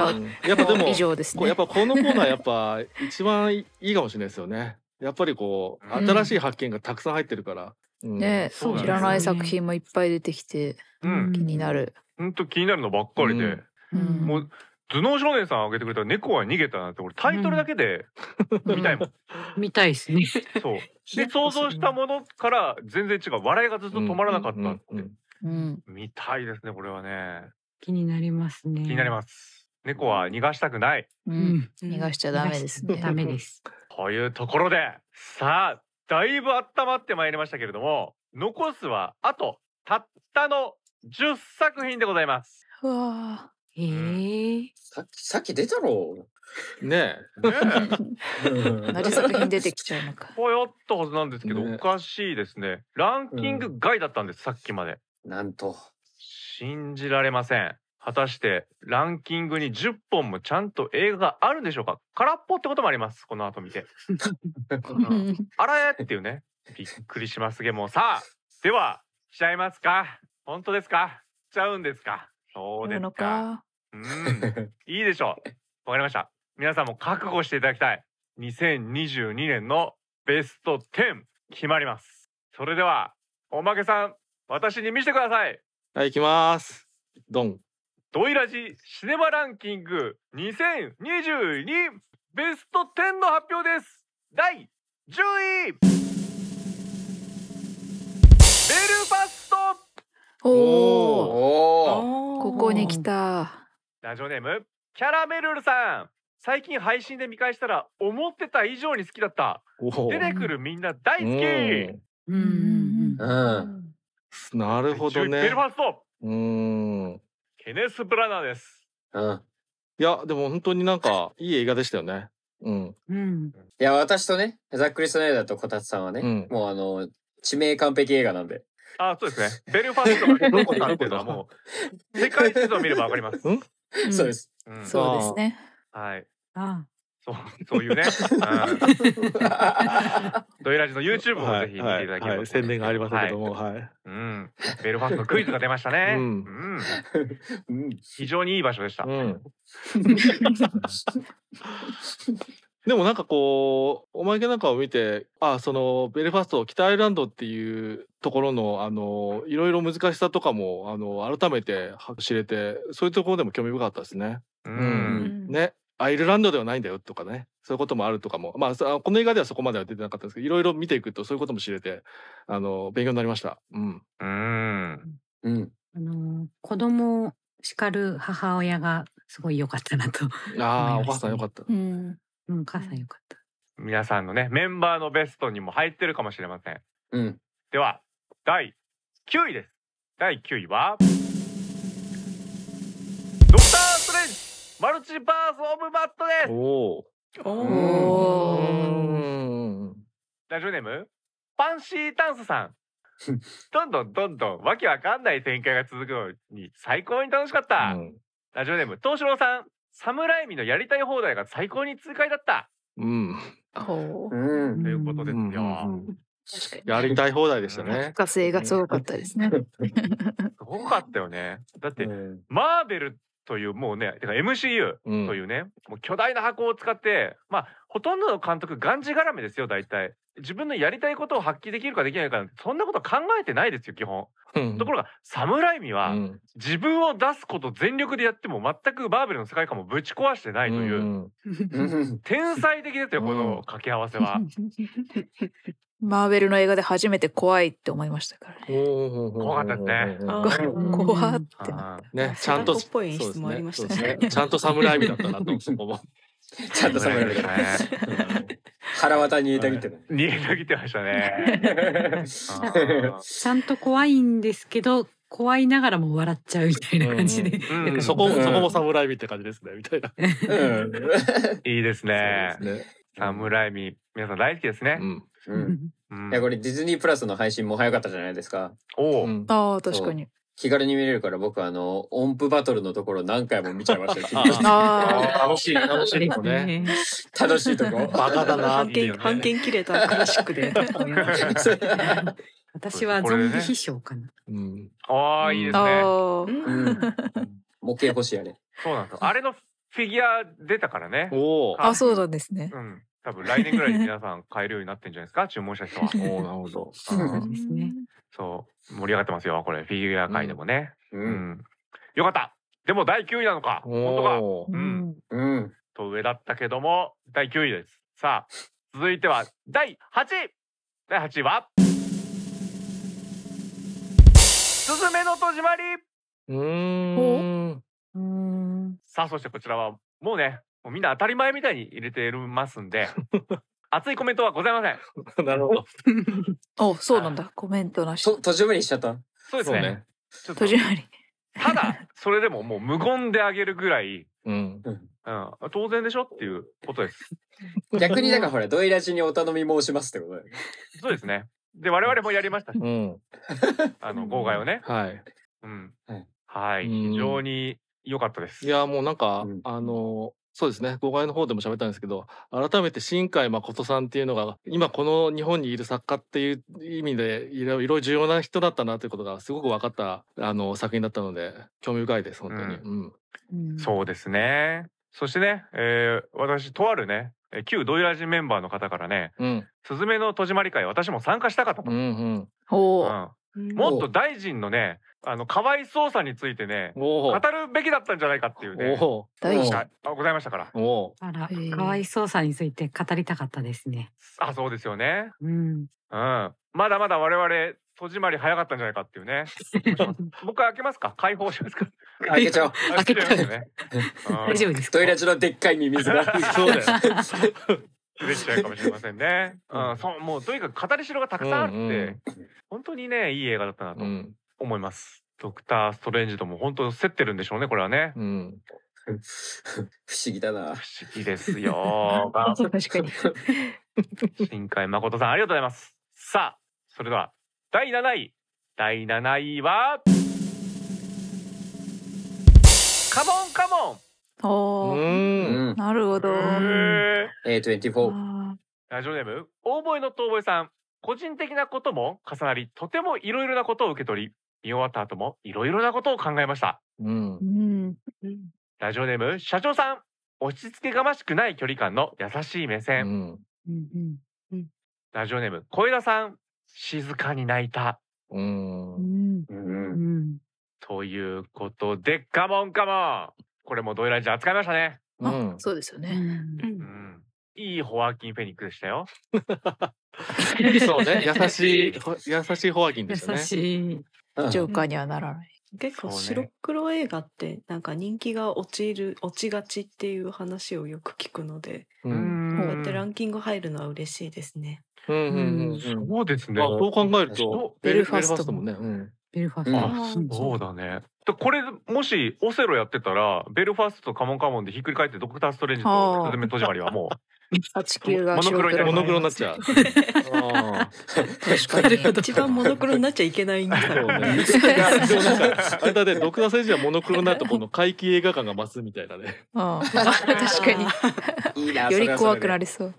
あはうんやっぱでも以上ですこうねやっ。ぱこのコーナーやっぱ一番いいかもしれないですよねやっぱりこううん新しい発見がたくさん入ってるから、うんね、そうなんです知らない作品もいっぱい出てきてうん気になる。ほんと気になるのばっかりで、うんうんもう頭脳少年さん挙げてくれた猫は逃げたなんて俺タイトルだけで見たいもん、見たいですね。そうで想像したものから全然違う笑いがずっと止まらなかったって、うんうん。見たいですねこれはね気になりますね。気になります猫は逃がしたくないうんうん。逃がしちゃダメですね。ダメです。というところでさあだいぶ温まってまいりましたけれども残すはあとたったの10作品でございます。うわええ。さっきさっき出たろねね え ー 何作品出てきちゃうのか。こうやったはずなんですけど、ねおかしいですね。ランキング外だったんです、さっきまで。なんと信じられません。果たしてランキングに10本もちゃんと映画があるんでしょうか空っぽってこともあります、この後見て。うんあらえっていうね。びっくりしますげもうさあ、では、しちゃいますか本当ですかしちゃうんですかそそううでなすのか。か。うん。いいでしょう。わかりました。皆さんも覚悟していただきたい。2022年のベスト10決まります。それでは、おまけさん、私に見せてください。はい行きますドンドイラジシネマランキング2022ベスト10の発表です第10位ベルファストおおお。おおこここに来た。ラジオネームキャラメルルさん最近配信で見返したら思ってた以上に好きだったお出ーてくるみんな大好きうんうんううんんうんなるほど第10位ベルねファストうーんケネス・ブラナーですうんいやでも本当になんかいい映画でしたよねうんうん。うん。いや私とねざっくりスナイダーとこたつさんはね、うんもうあの致命完璧映画なんであそうです ねベルファストがどこかっていうのはもう世界地図を見ればわかります、うんそうです。うん、そうですね。はいあそうそういうね、うんドイラジの YouTube もはぜいひ見ていただければ、はい宣伝がありませんけどはいもはいうん、ベルファストのクイズが出ましたね、ううんんうん非常にいい場所でした、うん、でもなんかこうおまけなんかを見てあそのベルファスト北アイルランドっていうところのあのいろいろ難しさとかもあの改めて知れてそういうところでも興味深かったですね。ううんうんねアイルランドではないんだよとかねそういうこともあるとかもまあそこの映画ではそこまでは出てなかったんですけどいろいろ見ていくとそういうことも知れてあの勉強になりました。うん、うんうんあのー子供を叱る母親がすごい良かったなと。 ああ思おいました母さんねよかった。うん。うん、お母さん良かった。皆さんのねメンバーのベストにも入ってるかもしれませんうんでは第9位です第9位はドクター・ストレンジマルチバース・オブ・マットですおおおおうーんラジオネームパンシータンス さんどんどんどんどんわけわかんない展開が続くのに最高に楽しかった、うんラジオネーム東四郎さん侍海のやりたい放題が最高に痛快だったうん、ほう。うんということですよ、うんうん確かに。やりたい放題でしたうね。火星がすごかったですね。すごかったよねだって、うんマーベルというもうねてか MCU うんというね、もう巨大な箱を使ってまあほとんどの監督がんじがらめですよ大体自分のやりたいことを発揮できるかできないかなんてそんなこと考えてないですよ基本ところが侍海は、うん自分を出すこと全力でやっても全くバーベルの世界観もぶち壊してないという、うんうん天才的ですよこの掛け合わせ は。マーベルの映画で初めて怖いって思いましたからね。怖かったですねうん怖ってな。あーね、ちゃんと貞子っぽい演出もありましそたねうですそうですちゃんと侍味だったなと思う。ちゃんと侍侍海ですね腹渡に抱きてない。逃げたぎってました ね。 ちゃんと怖いんですけど、怖いながらも笑っちゃうみたいな感じで。うんそこそこも侍見って感じですねみたいな。うんいいですね。そうですねサムライミ、皆さん大好きですねう。んうんうんいやこれディズニープラスの配信も早かったじゃないですか。おうお、んああ確かに気軽に見れるから僕あの音符バトルのところ何回も見ちゃいましたよああ楽しい楽しいもね。 ね楽しいとこ。バカだなっ半てい券うね。半券切れたクラシックで。 私はゾンビ飛翔かな。うんああいいですあね。あうん模型欲しいあれ。そうなんですよ。あれのフィギュア出たからね。おお。あそうなんですねうん。多分来年ぐらいに皆さん買えるようになってんじゃないですか。注文した人は。おおなるほど。うんそうですねそう盛り上がってますよ。これフィギュア界でもね。う。うんん。よかった。でも第9位なのか。本当か。おお。うん。うん。と上だったけども第9位です。さあ続いては第8位。第8位は。すずめの戸締まり。うーん。うんさあそしてこちらはもうねもうみんな当たり前みたいに入れてますんで熱いコメントはございませんなるほど。おそうなんだコメントなしと閉じ込めにしちゃった。そうですそうねね。ちょっと閉じまりただそれでももう無言であげるぐらい、うん。うん、当然でしょっていうことです 逆にだからほらドイラジにお頼み申しますってことだよね。そうですねで我々もやりましたしうん。あの号外をねはい。うんはいはいうん非常に良かったですいやもうなんか、うんあのそうですね5階の方でも喋ったんですけど改めて新海誠さんっていうのが今この日本にいる作家っていう意味でいろいろ重要な人だったなということがすごく分かったあの作品だったので興味深いです本当に。ううんそうですねそしてね、えー私とあるねえー旧ドイラジメンバーの方からねうん「すずめの戸締まり会」私も参加したかったとうんうんおうーんもっと大臣のね、あの可哀想さについてね、お語ーるべきだったんじゃないかっていうね。お大お事ああございましたからー。おあらへー、かわいそうさについて語りたかったですね。あ、そうですよね。うん。うん。まだまだ我々、戸締まり早かったんじゃないかっていうね。もう一回開けますか開放しますか開けちゃおう。開けたますよね。大丈夫ですかドイラジのでっかいミミズ が。ーそうだよ。夫。出ちゃうかもしれませんね。うん、そう、もうとにかく語りしろがたくさんあって、うんうん本当にね、いい映画だったなとうん思います。ドクター・ストレンジとも本当競ってるんでしょうね、これはね。うん不思議だな。不思議ですよ。確かに新海誠さんありがとうございますさあそれでは第7位第7位はカモンカモンうおーうんん。なるほどへー A24。あラジオネーム大声の遠吠えさん個人的なことも重なりとてもいろいろなことを受け取り見終わった後もいろいろなことを考えましたうんーうんラジオネーム社長さん落ち着けがましくない距離感の優しい目う線、んうんラジオネーム小枝さん静かに泣いたうんうんう。うんんということでカモンカモンこれもドイラジ扱いましたねうんそうですようねんうんいいホワキン・フェニックスでしたよ。そうね 優しいほ優しいホワキンでした優ね。しい。ジョーカーにはならない結構そうね白黒映画ってなんか人気が落ちる落ちがちっていう話をよく聞くので、ううんんこうやってランキング入るのは嬉しいですね。うんうんうんうんそうですねあ。そう考えるとそベベルルフファァスストトももね。うんベルファスあト。んそうだね。でこれもしオセロやってたらベルファストとカモンカモンでひっくり返ってドクター・ストレンジとあースズメ戸締まりはもあ地球がモノ白クロ黒になるモノクロになっちゃう。あ確かに一番モノクロになっちゃいけないんだあ、か そうら。ね。いやでもなんかあれだね、ドクター・センジはモノクロになるとこの怪奇映画館が増すみたいな ね。うん確かにいいな。より怖くなる。りそうう。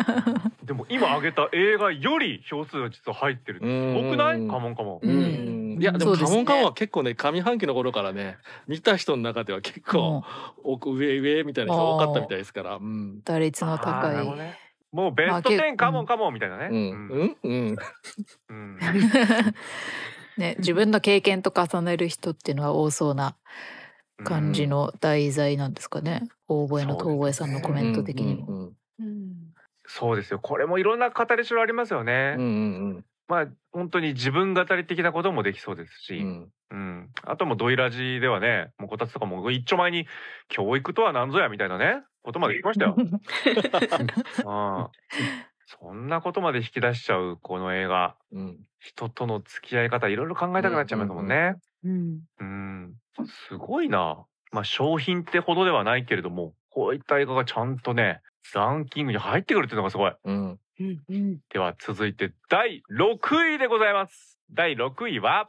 でも今挙げた映画より票数が実は入ってる。多くないカモンカモン。う。うんんいやでもそうカですねモンカモンは結構ね上半期の頃からね見た人の中では結構奥上上みたいな人多かったみたいですからうん打率のあーなるほ高どいねもうベストまあ10けカモンカモンみたいなね。うんうんうんうんね自分の経験と重ねる人っていうのは多そうな 感じの題材なんですかね大声の遠吠さんのコメント的にももうんそうですよ。これもいろんな語りしろありますようねんう。んまあ本当に自分語り的なこともできそうですし。うんうん、あともうドイラジではねもうこたつとかも一丁前に「教育とは何ぞや」みたいなねことまで言きましたよ。うん、そんなことまで引き出しちゃうこの映画うん、人との付き合い方いろいろ考えたくなっちゃいますもんね。うん。うんすごいな。まあ商品ってほどではないけれどもこういった映画がちゃんとねランキングに入ってくるっていうのがすごい。うん、うん。では続いて第6位でございます第6位は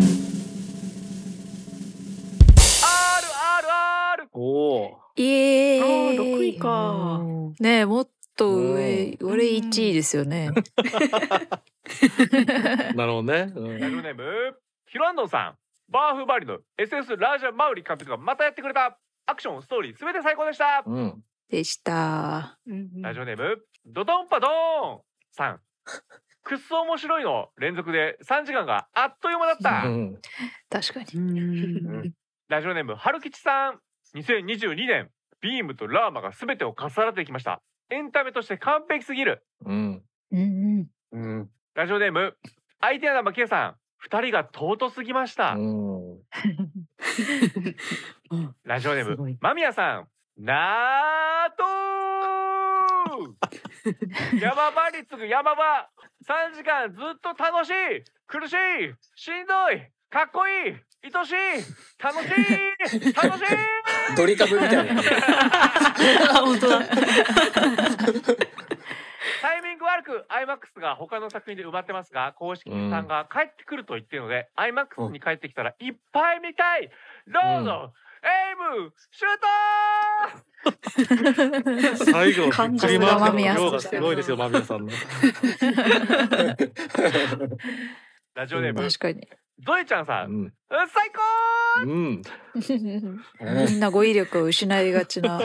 RRR おおイエーイあー六位かうんねえもっと上俺うん1位ですよねー、なるほどね。うんラジオネームヒロアンドンさんバーフバリの SS ラージャ・マウリ監督がまたやってくれたアクションストーリーすべて最高でした、うん、でしたうん うんラジオネームドドンパドーンさんくっそ面白いの連続で3時間があっという間だった、うん、確かにうん。ラジオネーム春吉さん2022年ビームとラーマがすべてを重ねてきましたエンタメとして完璧すぎるうん、うんうん。ラジオネームアイデアな負けさん二人が尊すぎました、うん、ラジオネーすごムい間宮さんなーと ー山場に次ぐ山場三時間ずっと楽しい苦しいしんどいかっこいい愛しい楽しい楽しいドリカブみたいな。あ、本当だ。タイミング悪く IMAX が他の作品で埋まってますが公式さんが帰ってくると言ってるので、IMAX に帰ってきたらいっぱい見たいロード、エイムシュートー最後のびっくりマークの量が感す想ごいがですよ、マミヤさんの。ラジオネーム、確かにゾエちゃんさん、ううんん、最高うん、みんな語彙力を失いがちな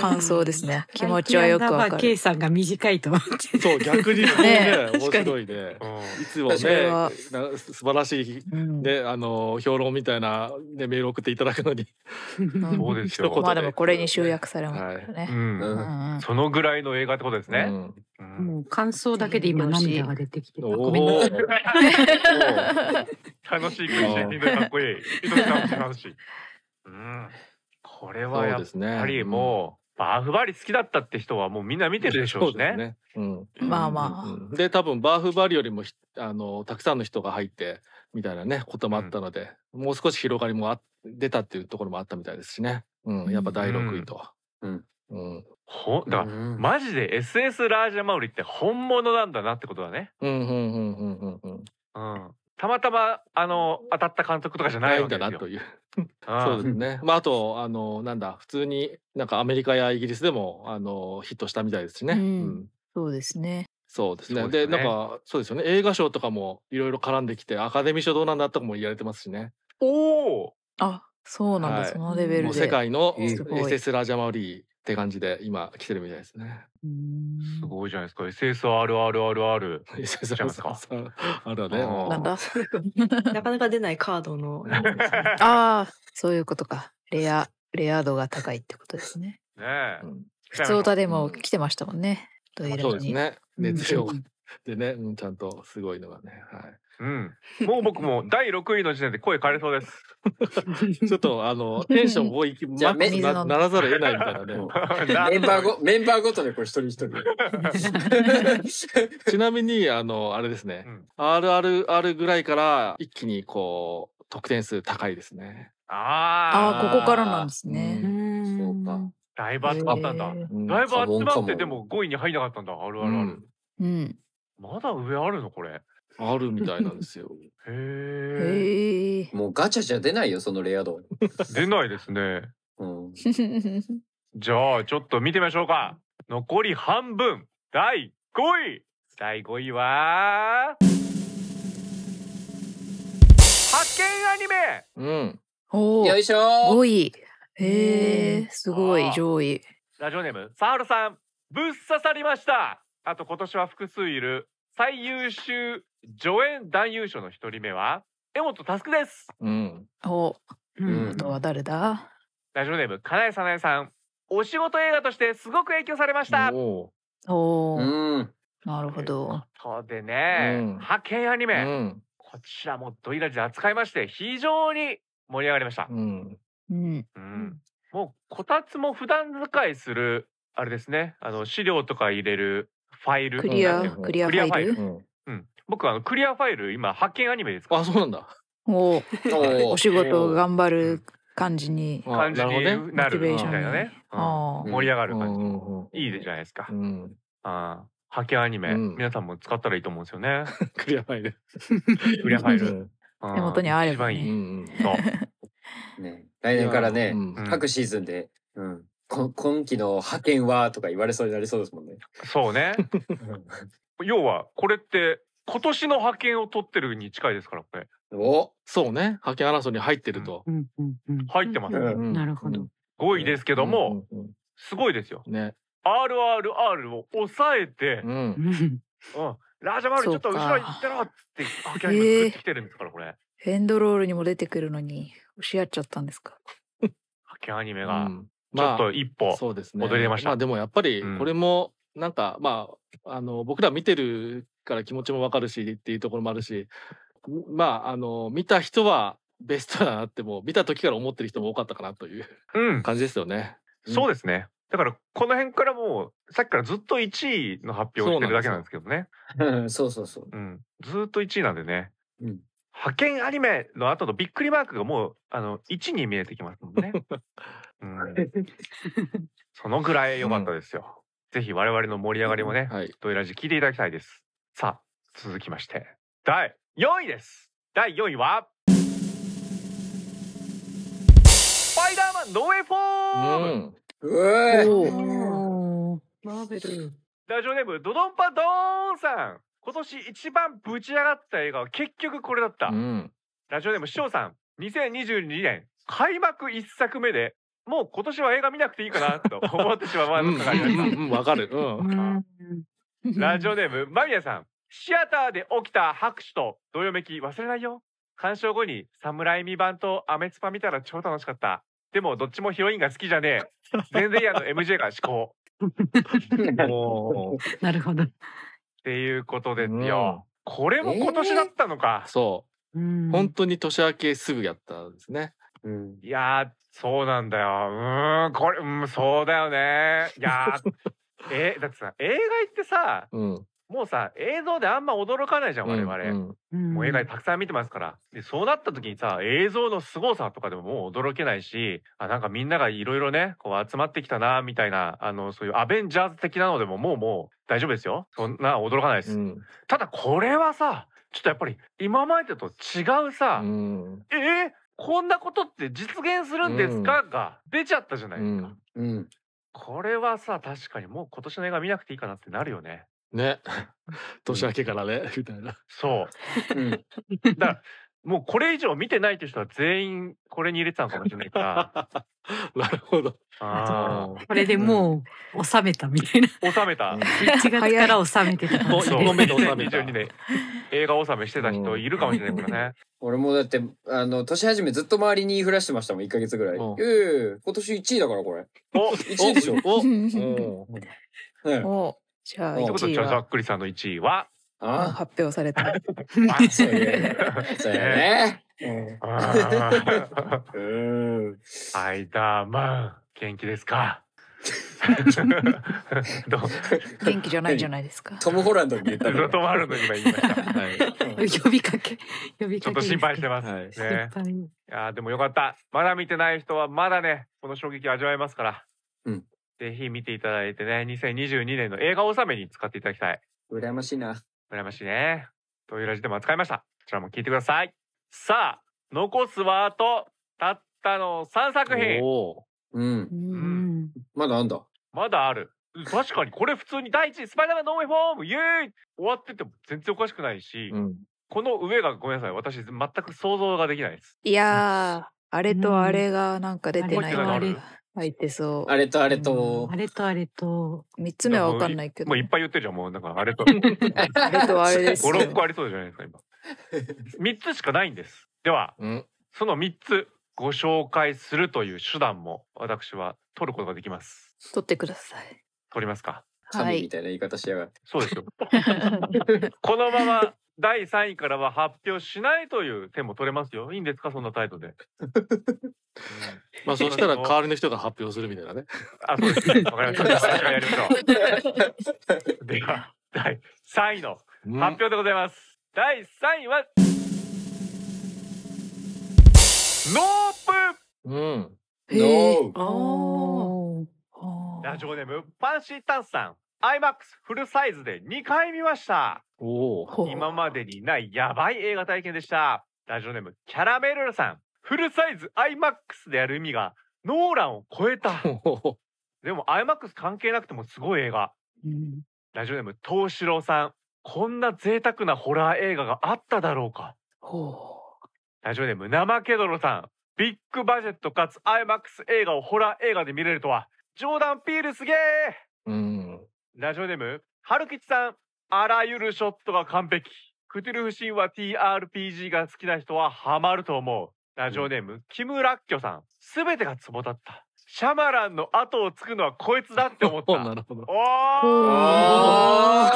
感想ですね気持ちはよくわか K るさんが短いと思って。そう、逆にこうねね、面白いね。いつもね確かには、な素晴らしいうんね、あの評論みたいなねメール送っていただくのに、 うんそうです一言よ、まあでもこれに集約されますからうねんうんうんそのぐらいの映画ってことですね、うんもう感想だけで今涙が出てきてうん、た。おごおめんなさい。 楽しい苦しいみんなかっこいい人と楽しい楽しいうんこれはそやうっですね。ぱりもう、バーフバリ好きだったって人はもうみんな見てるでしょそううしですねね。うん。まあまあうんで多分バーフバリよりもひあのたくさんの人が入ってみたいなねこともあったので、もう少し広がりもあ出たっていうところもあったみたいですしね、うん、やっぱ第6位と、うんうんほだから、うんマジで SS ラージャマウリって本物なんだなってことだねうんうんうんうんうんうんうんたまたまあの当たった監督とかじゃなないいんわけだですよなといううんそうですね、まああとあのなんだ普通になんかアメリカやイギリスでもあのヒットしたみたいですしね、うんそうですねそうですねそうでですねなんかそうですよね映画賞とかもいろいろ絡んできてアカデミー賞どうなんだとかも言われてますしねおおあそうなんだ、はいそのレベもルうで世界のええすごい SS ラジャマウリーって感じで今来てるみたいですね。す ごいじゃないですか SSRRRR SS ちゃいますかあれあはーね。なんだ なかなか出ないカードの。 ああそういうことかレアレア度が高いってことですねねえうん普通歌でも来てましたもんね、ドイラジそうですにね。熱量がうんでね、うんちゃんとすごいのがね。はうんもう僕も第6位の時点で声枯れそう ですい。ちょっとあのテンションをいきマじゃあックスにな水飲んでならざるを得ないみたいなね。メメンバーご、メンバーごとでこれ一人一人。ちなみにあのあれですねう。ん RRR ぐらいから一気にこう得点数高いですね。ああああここからなんですね、うんそうか。だいぶ集まったんだへーうんだいぶ集まかっもてでも5位に入んなかったんだあるあるあうるんうんまだ上あるのこれへあるみたいなんですよ。えへえもうガチャじゃ出ないよ、そのレア度。出ないですねうん。じゃあちょっと見てみましょうか残り半分第5位第5位は発見アニメうん。おおよいしょ5位へえすごあいー上位ラジオネームサハルさんぶっ刺さりましたあと今年は複数いる最優秀助演男優賞の一人目は江本佑ですうん。おうあとは誰だラジオネームかなえさなえさんお仕事映画としてすごく影響されましたおおお、うん。なるほどそうでね、うん派遣アニーメ、うん。こちらもドイラジで扱いまして非常に盛り上がりましたう、ん、うん。うんもうこたつも普段使いするあれですねあの資料とか入れるファイルクリなんア、ていうのクリアファイル。うん、うん、僕あのクリアファイル今発見アニメですからあそうなんだおおおー仕事を頑張る感じに。あ感じになるほどねなるモチベみーションたいなね、うんあうんあ。盛り上がるうん感うんうんじいいじゃないですか、うん、あーハケアニメ、うん皆さんも使ったらいいと思うんですよね。クリアファイルクリアファイル。うル、ん手元にあればね一うんう番いい。ん、そう。ね、来年からね、うんうん各シーズンで、うん、こ今期の派遣はとか言われそうになりそうですもんね。そうね。 要は、これって、今年の派遣を取ってるに近いですから、これ。おそうね派遣争いに入ってると、うんうんうん 入ってます。うんうんなるほど5位ですけども、、うんうんうんすごいですよ。ね RRR を抑えて、ううんんうんラージャマールちょっとそうか後ろ行ってろっつって、ハケアニメ食ってきてるんですから、これ。エンドロールにも出てくるのに、押し合っちゃったんですか。ハケアニメうが、んちょっと一歩。そうですね。戻りましたあでもやっぱりうんこれもなんか、まああの僕ら見てるから気持ちもわかるしっていうところもあるし、まああの見た人はベストだなってもう見た時から思ってる人も多かったかなといううん。感じですよね。そうですね。だから、この辺からもう、さっきからずっと1位の発表をしてるだけなんですけどね。 そうそうそう。うん、ずーっと1位なんでね、うん派遣アニメの後のびっくりマークがもうあの1に見えてきますもん ね。うん、そのぐらい良かったですよ。ぜひ我々の盛り上がりもね、はい。ドイラジ聞いていただきたいです。さあ、続きまして、第4位です。第4位は、スパイダーマンノーウェイフうォーム、ん。うえーおおマーベル。ラジオネームドドンパドーンさん。今年一番ぶち上がった映画は結局これだった。うん。ラジオネーム師匠さん2022年開幕1作目でもう今年は映画見なくていいかなと思ってしまううワーんドがありましたうんうんわかる。う。うんんラジオネームマミヤさんシアターで起きた拍手とどよめき忘れないよ鑑賞後に「サムライミ版」と「アメツパ」見たら超楽しかったでもどっちもヒロインが好きじゃねえ全然やの MJ が至高も う なるほどっていうことですよ、これも今年だったのか、そうんう本当に年明けすぐやったんですね。うんいやーそうなんだようーんこれうんそうだよねいやー えだってさ映画行ってさうん。もうさ映像であんま驚かないじゃん我々、うんうんもう映画たくさん見てますからでそうなった時にさ映像の凄さとかでももう驚けないしあなんかみんながいろいろねこう集まってきたなみたいなあのそういうアベンジャーズ的なのでももうもう大丈夫ですよそんな驚かないです、うん。ただこれはさちょっとやっぱり今までと違うさ、うん。えーこんなことって実現するんですか、が出ちゃったじゃないうですか、ん。うん。これはさ確かにもう今年の映画見なくていいかなってなるよねね。年明けからねみたいな。そうん。うだからもうこれ以上見てないっていう人は全員これに入れてたのかもしれないから なるほど。あこれでもう収めたみたいなー収めたうん1月から収めてた感もうじ一 そう本目で収めた。 2022年映画収めしてた人いるかもしれないからね俺もだって、あの、年始めずっと周りに言いふらしてましたもん、1ヶ月ぐらい。うんええ今年1位だから、これ。お1位でしょ。ねおおえおじゃあおってこと1で位じゃあざはっくりさんの1位 はうんあ発表された。あ、そういう。そうやね。あーうん。スパイダーマン元気です かどう元気じゃないじゃないですか。トム・ホランドに言ったずっのと。回るの今言いましたはい。呼びかけ呼びちょかっとけ心配してます。はい。いっね、ぱいいやーでもよかった。まだ見てない人はまだね、この衝撃味わえますから。うんぜひ見ていただいてね、2022年の映画納めに使っていただきたい。羨ましいな。羨ましいね。というラジでも扱いました。こちらも聞いてください。さあ、残すはあと、たったの3作品。おうんう。うんまだあんだ。まだある。うん確かにこれ普通に第1位、スパイダーマンノーウェイフォームイエーイ終わってても全然おかしくないし、ーうん。この上がごめんなさい、私全く想像ができないです。いやー、あれとあれがなんか出てないうんあなれ。入ってそあれとあれとあ。れとあれとう。3つ目はわかんないけどもう。いっぱい言ってるじゃん、もうなんかあ れと。あれとあれ です五よ。六個ありそうじゃないですか今。三つしかないんです。ではうん。その三つご紹介するという手段も私は取ることができます。取ってください。取りますか。は神みい。たいな言い方しやがって。そうですよこのまま第3位からは発表しないという点も取れますよいいんですかそんな態度で、まあそ したら代わりの人が発表するみたいなね。あそうですねわかりました私がやりましょうでは第3位のうん発表でございます、第3位はノープうん。ノーあーおーあーラジオネームパンシータンさん IMAX フルサイズで2回見ましたおお。ほう今までにないやばい映画体験でしたラジオネームキャラメルさんフルサイズ IMAX でやる意味がノーランを超えたでも IMAX 関係なくてもすごい映画うんラジオネーム東四郎さんこんな贅沢なホラー映画があっただろうかほラジオネーム生けどろさんビッグバジェットかつ IMAX 映画をホラー映画で見れるとはジョーダン・ピールすげー うん。ラジオネーム、はるきちさん。あらゆるショットが完璧。クトゥルフ神話 TRPG が好きな人はハマると思う。ラジオネーム、キムラッキョさん。すべてがツボだった。シャマランの後をつくのはこいつだって思っ た。おなるほど。ほーあ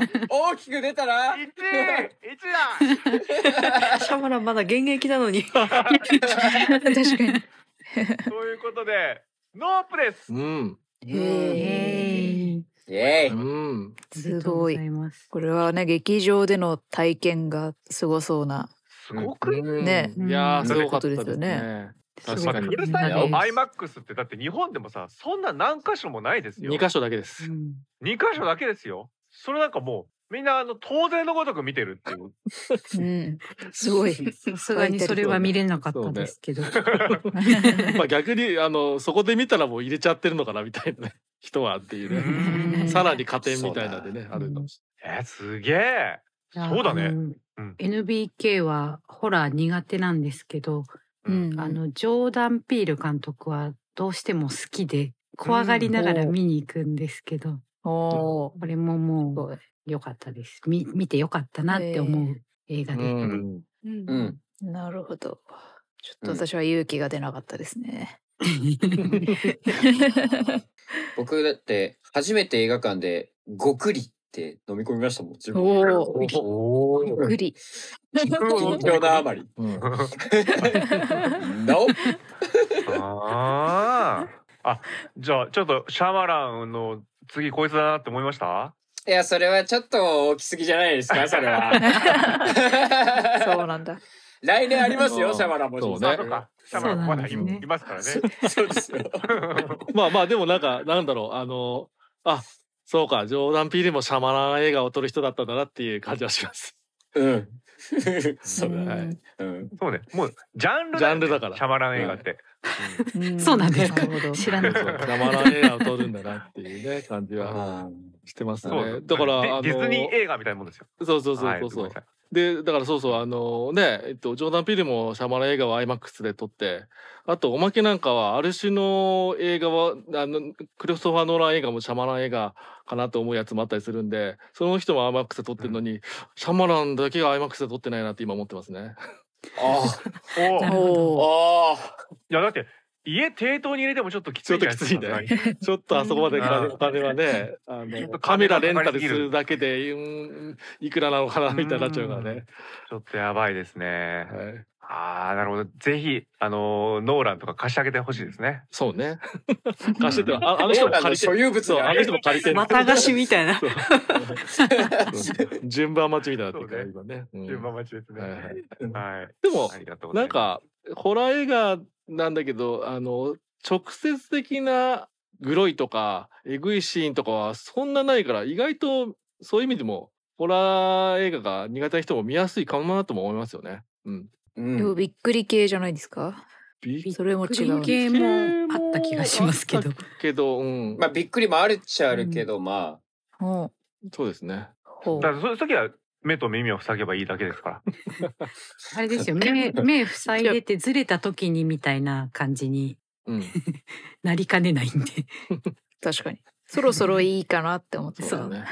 ー大きく出たな !1 位 !1 位シャマランまだ現役なのに。う確かに。だということで、ノープですうん。イエーイへーイエうーイん。すごいありがとうございます。これはね、劇場での体験がすごそうな。すごくないうんねいやーすごかったですそういうことですよねね。確まかあ、にフ。ルサイズうん IMAX ってだって日本でもさ、そんな何箇所もないですよ。二箇所だけです。 2箇所だけですよ。それなんかもう、みんなあの当然のごとく見てるっていう。うん。すごい。ささすすががににそそれれはは見見れれなかったですけど。 まあ逆にあのそこで見たらもう入れちゃってるのかなみたいなね 人はっていうね。 うんさらに加点みたいなんでねあるかもしえーすげえ。そうだね。あのうん NBK はホラー苦手なんですけど、うん。あのジョーダン・ピール監督はどうしても好きで怖がりながら見に行くんですけど、おーこれももう良かったです。み見て良かったなって思う映画れで。ない。 うん。う。うんん。なるほど。ちょっと私は勇気が出なかったですね。僕だって初めて映画館でごくりって飲み込みましたもん。自分おーおびっくり。 東京のあまり。うん。なお ああ。あ、じゃあちょっとシャマランの次こいつだなって思いました。いや、それはちょっと大きすぎじゃないです か、それは。そうなんだ。来年ありますうよ、んシャマランも。そうねあ、そうか。シャマランまだい,、そうなんですねますからね。そうですよ。 まあまあでもなんかなんだろうあのあそうかジョーダン・ピールもシャマラン映画を撮る人だったんだなっていう感じはします。うん。 そうだ。はいうん。そうね。もうジャンルだ、ね、ジャンルだからシャマラン映画って。そうなんですかなるほど。知ら なそうい。シャマラン映画を撮るんだなっていうね感じはあしてますそうね。だからあのディディズニー映画みたいなもんですよ。そうそうそうはいそうそごめうんな。さいでだからそうそうあのねえっとジョーダン・ピールもシャマラン映画は IMAX で撮ってあとおまけなんかはある種の映画はあのクリストファー・ノーラン映画もシャマラン映画かなと思うやつもあったりするんでその人も IMAX で撮ってるのに、シャマランだけが IMAX で撮ってないなって今思ってますね。あ。おーいなるほどおあやだって家抵当に入れてもちょっときつちょいっじとゃなきいでつすいか。ね。 ちょっとあそこまでうんお金はね、あのとカメ金がラレンかかタルりすすぎるるだけで、うん、いくらなのかなみたいになっちゃうからね。ちょっとやばいですね。はい、ああ、なるほど。ぜひあのーノーランとか貸してあげてほしいですね。そう ね。貸しててもあああ。の人もあ借のりて所有物そう、があの人も借りてるまた貸しみた いな。そう順番待ちみたいになってるから、今ね。うん順番待ちですね。ははいいはい。はい。でもあ、りがとうござなまいんか、ホラー映画なんだけど、あの、直接的なグロいとか、えぐいシーンとかはそんなないから、意外とそういう意味でも、ホラー映画が苦手な人も見やすいかもなとも思いますよね。うん。でもびっくり系じゃないですかびっそれもク違リうーンんです。系もあった気がしますけど。けど、うん。まあ、びっくりもあるっちゃあるけど、まほうそうですね。ほうす。だからそそういう時は目と耳を塞げばいいだけですから。あれですよ、目、目塞いでてずれた時にみたいな感じにうん。なりかねないんで。確かに。そろそろいいかなって思ってそうだた。ね。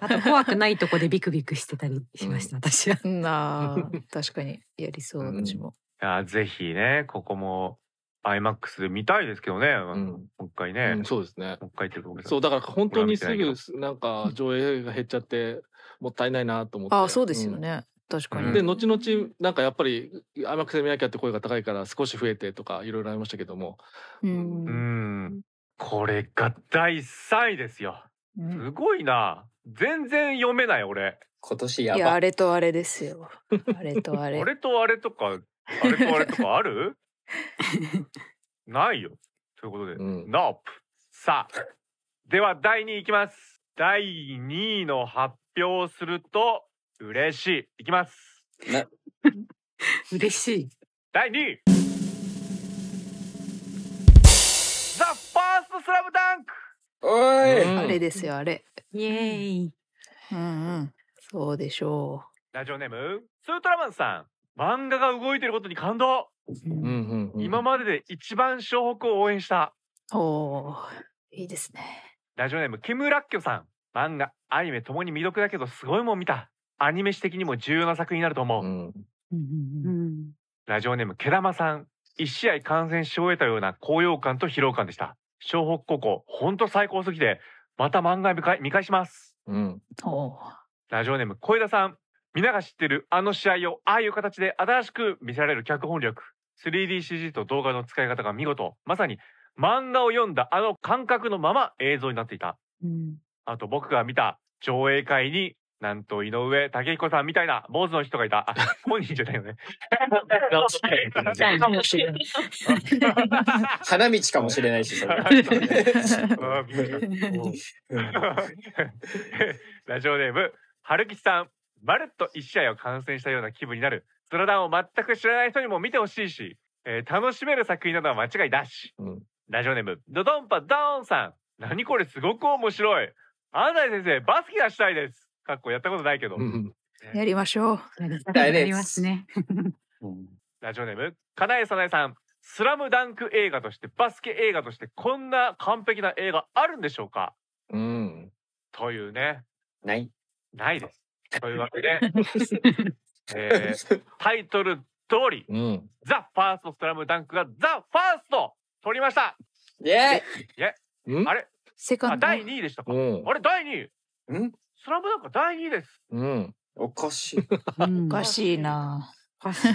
あと怖くないとこでビクビクしてたりしました、私は。うんなあ、確かにやりそう、うん私も。いやーぜひねここも IMAX で見たいですけどね、うんもう一回ね、うもんそうですねう一回っていうかごめんなさそいうだから本当にす俺は見てないぐなんか上映が減っちゃってもったいないなと思ってあそうですよね、確かうんに、で後々なんかやっぱり甘く攻めなきゃって声が高いから少し増えてとかいろいろありましたけどもうんうんこれが第3位ですようんすごいな全然読めない俺今年やいやばあれとあれですよあれとあ あれれとあれとかあれとあれとかあるないよということで、うんノープさあでは第2位いきます第2位の発表をすると嬉しいいきます嬉しい。第2位 The First Slam Dunk おい、うんあれですよあれイエーイ。うんうんそうでしょラジオネームスートラマンさん漫画が動いてることに感動、う、うんうんうんうん今までで一番湘北を応援したおーいいですねラジオネームキムラッキョさん漫画アニメともに未読だけどすごいもん見たアニメ史的にも重要な作品になると思う、うんうん。ラジオネームけだまさん一試合観戦し終えたような高揚感と疲労感でした湘北高校ほんと最高すぎてまた漫画見か見返しますうんおーラジオネーム小枝さん皆が知ってるあの試合をああいう形で新しく見せられる脚本力 3DCG と動画の使い方が見事まさに漫画を読んだあの感覚のまま映像になっていたうんあと僕が見た上映会になんと井上武彦さんみたいな坊主の人がいたあ本人じゃないよねかもしれない。花道かもしれないし、それ あびっくりラジオネーム春吉さんまるっと一試合を観戦したような気分になるスラダンを全く知らない人にも見てほしいし、えー楽しめる作品などは間違いなし、うんラジオネームドドンパダーンさん何これすごく面白い安西先生バスケがしたいですかっこやったことないけど、うんやりましょう。ありますね。ラジオネームかなえさなえさんスラムダンク映画としてバスケ映画としてこんな完璧な映画あるんでしょうかうんというねない。ないです。というわけで、えータイトル通り、うんザ・ファーストスラムダンクがザ・ファースト取りましたイエうんあれセカあ、ンド。第2位でしたか。うんあれ、第2位んスラムダンク第2位です。うんおかし い。うんおかしいな。おかしい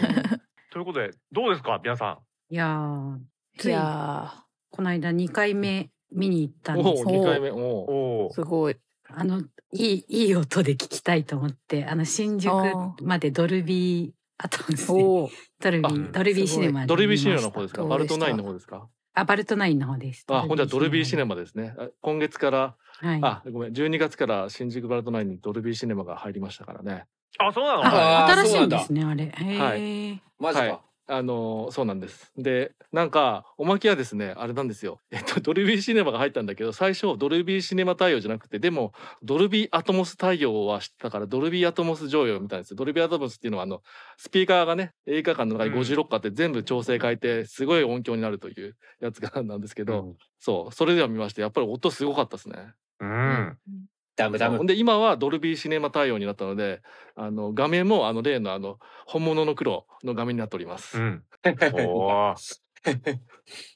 ということで、どうですか、皆さいやー、いついやこの間2回目見に行ったんおですおけ二ど回目ん。おおー、すごい。あの、いい、いい音で聞きたいと思って、あの、新宿あーまでドルビー、あとですね、おお。ドルビあー、ドルビーシネマおでドルビーシネマ見まの方でしたすかどうバルでトしたナインの方ですかあ、バルトナインの方です。あほんじゃドルビーシネママ。ですねあ今月からはい。あごめん12月から新宿バルトナインにドルビーシネマが入りましたからねあ、そうなのああー新しいんですね、あれ。へえ。マジか。はいあのーそうなんです。で、なんか、おまけはですね、あれなんですよ。えっと、ド ルビーシネマが入ったんだけど、最初、ドルビーシネマ対応じゃなくて、でも、ドルビーアトモス対応は知ってたから、ドルビーアトモス常用みたいなんですよ。ドルビーアトモスっていうのは、あの、スピーカーがね、映画館の中うにん56個あって、全部調整変えて、すごい音響になるという やつがなんですけど、そう、それでは見まして、やっぱり音すごかったですね。うん。ダムダム。で、今はドルビーシネマ対応になったので、あの、画面も、あの、例のあの、本物の黒の画面になっております。うん。おー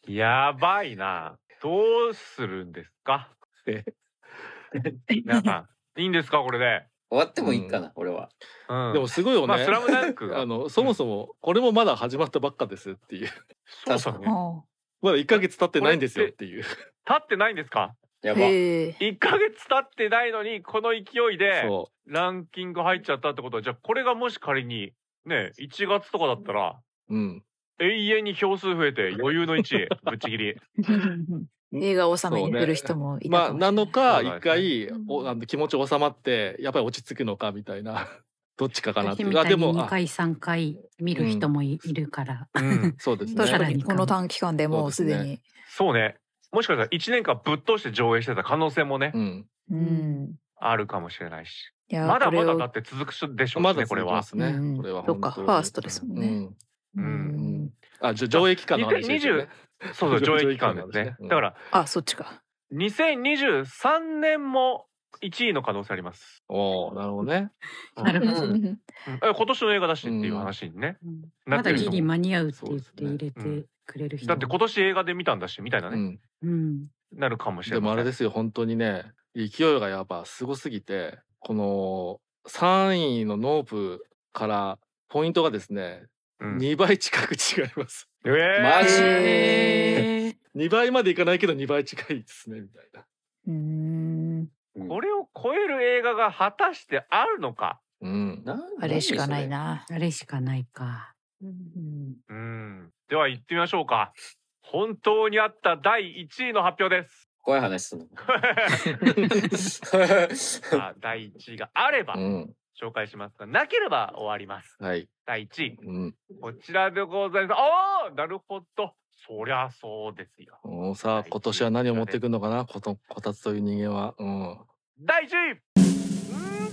やばいな。どうするんですかえ皆さん、いいんですか、これで。終わってもいいかな、俺は。うん。でもすごいよね。まあ、スラムダンクが あ。のそもそもこれもまだ始まったばっかですっていう そうそう確かおまだ1ヶ月経ってないんですよっていう立ってないんですかやば。へえ。 1ヶ月経ってないのにこの勢いでそランキング入っちゃったってことはじゃあこれがもし仮にね1月とかだったらう、うん、永遠に票数増えて余裕の1位 ぶっちぎり映画納めに来る人もいまたあかもしなれないのかそう一だ回おあの気持ち収まってやっぱり落ち着くのかみたいな どっちかかなって私いみうあたでいにも2あ回、3回見る人もいいるから。うんそうですどうしねた確からいいにかもこの短期間でもうすでそうに。そうねもしかしたら1年間ぶっ通して上映してた可能性もね、うんうん。あるかもしれないしいやまだまだこれだをって続くでしょうしね、まだこれ続きまはすねうんこれはそっか本当ファーストですもんねううんうんん。あじゃ上映期間の話ですよねそうそう上映期間で上映期間なんすですねねうんだからあ、そっちか。 2023年も1位の可能性あります、おおなるほどねなるほうど。んうんえ今年の映画だしっていう話にね、うんなまってだると思ギうリ間に合うって言って入れそうですねてくれる人だって今年映画で見たんだしみたいなうね、ん、うんなるかもしれでないもあれですよ本当にね勢いがやっぱすごすぎてこの3位のノープからポイントがですね、うん、 2倍近く違います えーマジえー2倍までいかないけど2倍近いですねみたいな。うーんこれを超える映画が果たしてあるのかうん、なあれしかない。な。あれしかないかうんうんでは行ってみましょうか本当にあった第1位の発表です 怖い話すんの。 さあ第1位があればうん、紹介しますがなければ終わりますはい、第1位うん、こちらでございますああなるほどそりゃそうですよおさあ今年は何を持ってくるのかなこのこたつという人間は、うん、第1位ん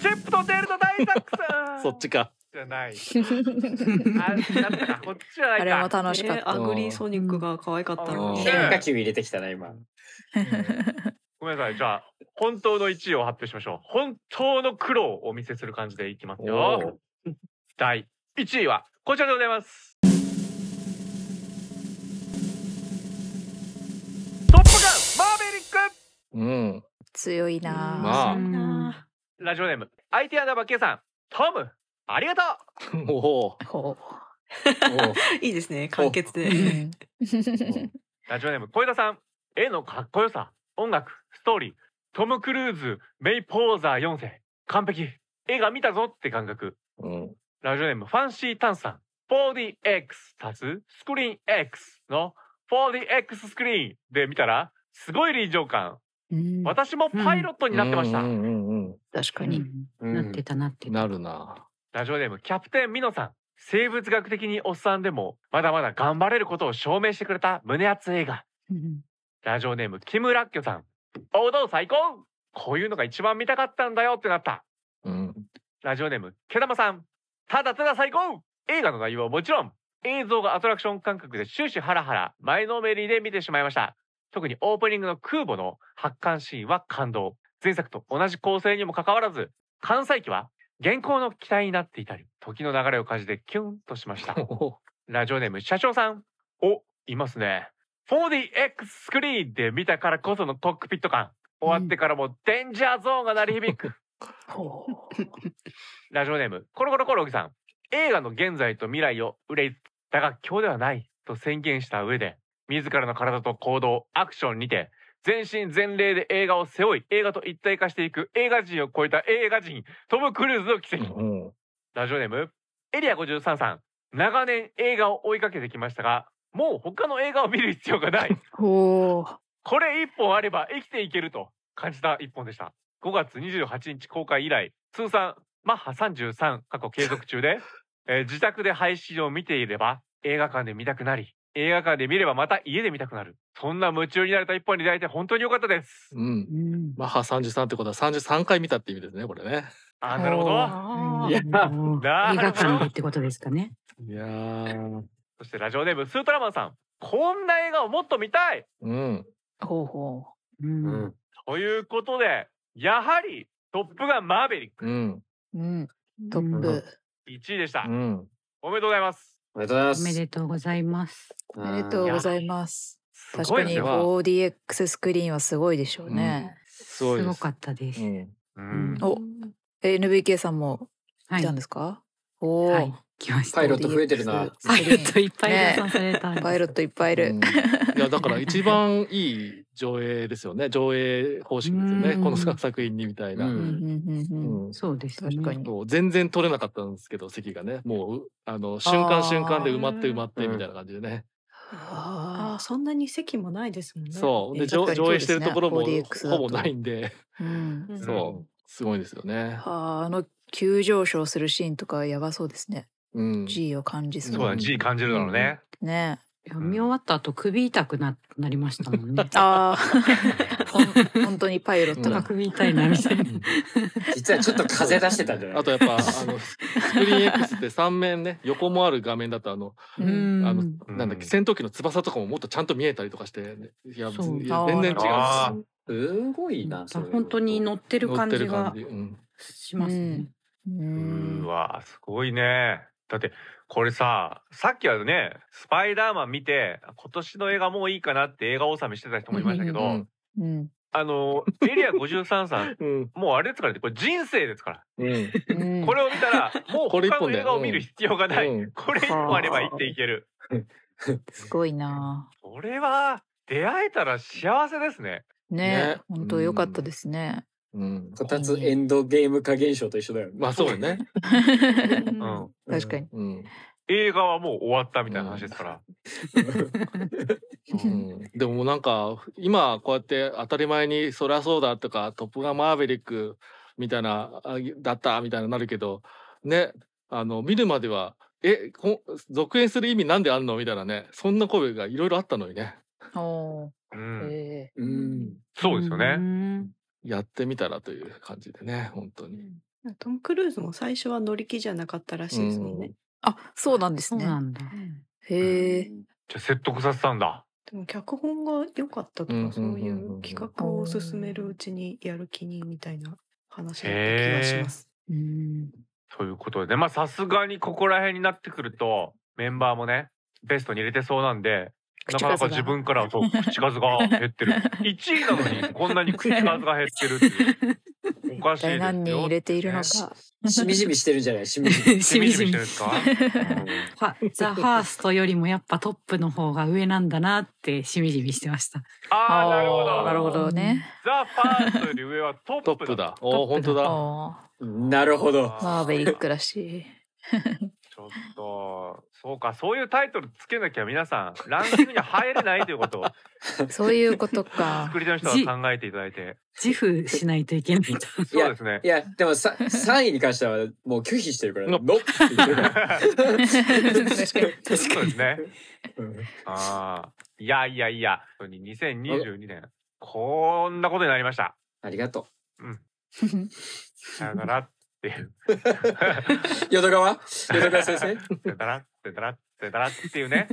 チップとデールの大作戦 そっちか。じゃないあなんだかこっちじゃないか あれも楽しかっえーた。アグリーソニックが可愛かったのうんに。変化球入れてきたな、今。ごめんなさい。じゃあ、本当の1位を発表しましょう。本当の苦労をお見せする感じでいきますよ。第1位は、こちらでございます。トップガンマーベリッうん、 強いな。まあうんクラジオネーム、IT アナバケさん、トム、ありがとおお、ほ いいですね、簡潔ううで。んうラジオネーム、小枝さん、絵のかっこよさ、音楽、ストーリー、トム・クルーズ、メイ・ポーザー4世、完璧、映画見たぞって感覚。うん、ラジオネームファンシー炭酸 4DX 足すスクリーン X の 4DX スクリーンで見たらすごい臨場感うん私もパイロットになってました、うんうんうん確かうに。んうなってんたなってうん、たなるな。ラジオネームキャプテンミノさん生物学的におっさんでもまだまだ頑張れることを証明してくれた胸熱映画うんラジオネームキムラッキョさん王道最高こういうのが一番見たかったんだよってなったうん、ラジオネームけだまさんただただ最高映画の内容はもちろん映像がアトラクション感覚で終始ハラハラ前のめりで見てしまいました特にオープニングの空母の発艦シーンは感動前作と同じ構成にもかかわらず関西機は現行の機体になっていたり時の流れを感じてキュンとしましたおお、ラジオネーム社長さんおいますね 4DX スクリーンで見たからこそのコックピット感終わってからもデンジャーゾーンが鳴り響くほラジオネームコロコロコロギさん映画の現在と未来を憂いだが今日ではないと宣言した上で自らの体と行動アクションにて全身全霊で映画を背負い映画と一体化していく映画人を超えた映画人トム・クルーズの奇跡うん、ラジオネームエリア53さん長年映画を追いかけてきましたがもう他の映画を見る必要がないうほう。これ一本あれば生きていけると感じた一本でした。5月28日公開以来、通算マッハ33過去継続中で、えー自宅で配信を見ていれば映画館で見たくなり、映画館で見ればまた家で見たくなる。そんな夢中になれた一本に出会えて本当に良かったです。うん。うんマッハ三十三ってことは三十三回見たって意味ですね、これね。あー、なるほど。 あーいやもう映なるほど画館でってことですかねいやー、そしてラジオネームスートラマンさん。こんな映画をもっと見たいうん、ほうほううんん。ということで、やはりトップガンマーベリックうん、う。うん。トップ。 1位でしたう。ん。おめでとうございます。おめでとうございまおす。めでとうございますおめでとうございます。す確ごかいですによ。 4DX スクリーンはすごいでしょうね。すごいですかったですう、ん、うんお、NBK さんもはい来たんですかおはーい。来ましたパイロット増えてるな 4DX スクパリイーンロットいっぱい量産されたんですパイロットいっぱいいる。いやだから一番いい上映ですよね上映方式ですよねうんこの3作品にみたいな、ううんんうんうんうんうんそうですね確かにそう全然取れなかったんですけど席がねもううあの瞬間瞬間で埋まって埋まってみたいな感じでね、あああ、そんなに席もないですもんね。そうでえ確上かにそう上で映してすねるところも 4DX ほだとぼないんでーうんうんそうすごいですよね、あーあの急上昇するシーンとかやばそうですね。うん、 G を感じそうそうだね、G 感じるだろうね。ね。いや見終わった後首痛くななりましたもんねあ あ、ほん本当にパイロットとだか。首痛いなみたいな実はちょっと風出してたんじゃないあとやっぱあのスクリーン X って3面ね横もある画面だとあの、ううんんあの うんなんだっけ戦闘機の翼とかももっとちゃんと見えたりとかして、ねいやそういや全然違うあー すごいな。それ本当に乗ってる乗っ感てじる感がじ、うん、しますねう。うんわすごいね。だってこれささっきはね「スパイダーマン」見て今年の映画もういいかなって映画納めしてた人もいましたけど、うんうんうんうん。あのエリア53さん うんもうあれですからねこれ人生ですからうんうんこれを見たらもうこれ一他本のだよ映画を見る必要がない、うんこれ一本あれば生きていけるすごいなあ。これは出会えたら幸せですねねね本当良かったですね。うんこたつエンドゲーム化現象と一緒だよね。まあそうよね。 うんうん確かに。うん映画はもう終わったみたいな話ですから、うんでもなんか今こうやって当たり前に「そりゃそうだ」とか「トップガンマーヴェリック」みたいなあだったみたいになるけどねあの見るまでは「えこ続編する意味なんであるの?」みたいなねそんな声がいろいろあったのにねおうお。ん、ええ。 うん。そうですよね、ね。やってみたらという感じでね本当に。トム・クルーズも最初は乗り気じゃなかったらしいですもんね。あそうなんですそうねな。んだ。へえ。じゃあ説得させたんだでも脚本が良かったとうんうんうんうかんそういう企画を進めるうちにやる気にみたいな話だった気がします。うん。ということでねまあさすがにここら辺になってくるとメンバーもねベストに入れてそうなんでな口かなか数が自分からはそう口数が減って る1位なのにこんなに口数が減ってるっていうおかしいですよ大何人入れて いるのか。しみじみしてるんじゃないしみじみ。しみじみしてるんですかはザ・ファーストよりもやっぱトップの方が上なんだなってしみじみしてました。ああなるほ あーどなるほどね。ザ・ファーストより上はトップトだップだ。おお本当だ。あなるほど。ーマーベリック らしい。ちょっとそうかそういうタイトルつけなきゃ皆さんランキングに入れないということをそういうことか 作。り手の人は考えていただいて自負しないといけないと。そうですねいや、でも さ、3位に関してはもう拒否してるから、ノッって言ってるからそうですね。うんああ。いやいやいや、本当に2022年、こんなことになりました。ありがとうん。さよならっていう、う。淀川淀川先生さよなら、さよなら、さよならっていう ね、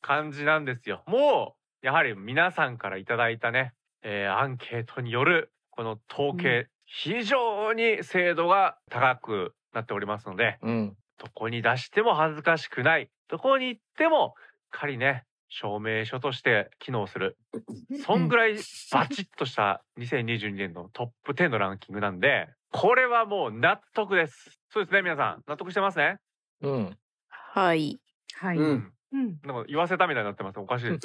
感じなんですよ。もう、やはり皆さんからいただいたね、えーアンケートによる、この統計、非常に精度が高くなっておりますので、うん。どこに出しても恥ずかしくない。どこに行っても、仮ね、証明書として機能する。そんぐらいバチッとした2022年のトップ10のランキングなんで、これはもう納得です。そうですね、皆さん。納得してますね。うん。はい。はい。うんうん。なんか言わせたみたいになってます。おかし いで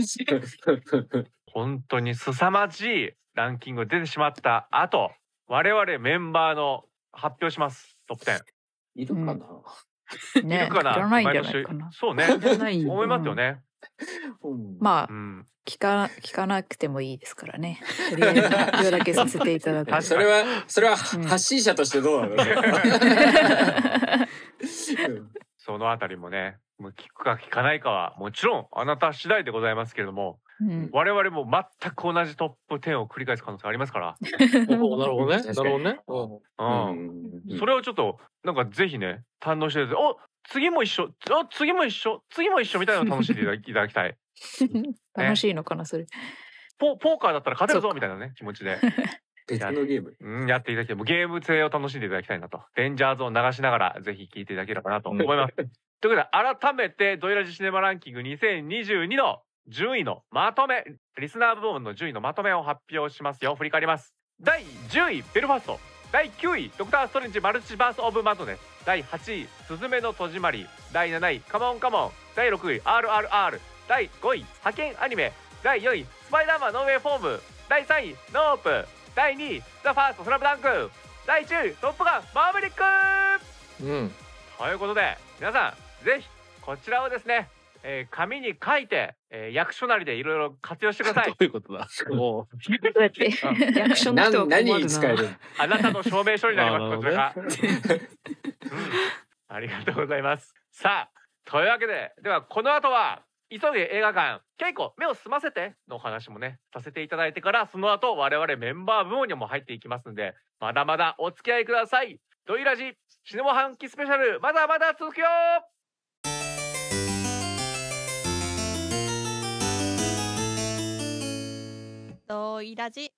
す。本当に凄まじいランキングが出てしまった後、我々メンバーの発表します。トップ10。いるかな、うんいね。るかな知らないんじゃないか毎な年。そうね。じゃない思いますよ。ね。うんまうあん。聞か聞かなくてもいいですか らね。とりあえず発表だけさせていただく。確そかれには、それはうん発信者としてどうなの、うんそのあたりもね、もう聞くか聞かないかはもちろんあなた次第でございますけれども、 うん我々も全く同じトップ10を繰り返す可能性があります から、おおなるほどね。なる確ほかどにね。うんうん。うんそれをちょっとなんかぜひね堪能していただいてお次も一緒お次も一緒次も一緒みたいなのを楽しんでいただいただきたい。楽しいのかなそれ。ポポーカーだったら勝てるそぞっかみたいなね気持ちで、別のゲーム。うん、やっていただきたいもうゲーム性を楽しんでいただきたいなとデンジャーゾーンを流しながらぜひ聞いていただければなと思います。ということで改めて「ドイラジシネマランキング2022」の順位のまとめリスナー部門の順位のまとめを発表しますよ振り返ります第10位ベルファスト第9位ドクター・ストレンジマルチバース・オブ・マッドネス第8位スズメの戸締まり第7位カモンカモン第6位 RRR 第5位派遣アニメ第4位スパイダーマンノーウェイフォーム第3位ノープ第2位ザ・ファースト・スラムダンク第10位トップガンマーヴェリックうん。ということで皆さんぜひこちらをですね、えー紙に書いて、えー役所なりでいろいろ活用してくださ どいういうことだ。もどうやって役所の人は何困るな何に使えるあなたの証明書になりまあーすなるこほちどらが、ねうんありがとうございますさあというわけでではこの後は急げ映画館稽古目を澄ませてのお話もねさせていただいてからその後我々メンバー部門にも入っていきますんでまだまだお付き合いくださいドイラジシネモ半期スペシャルまだまだ続くよといラジ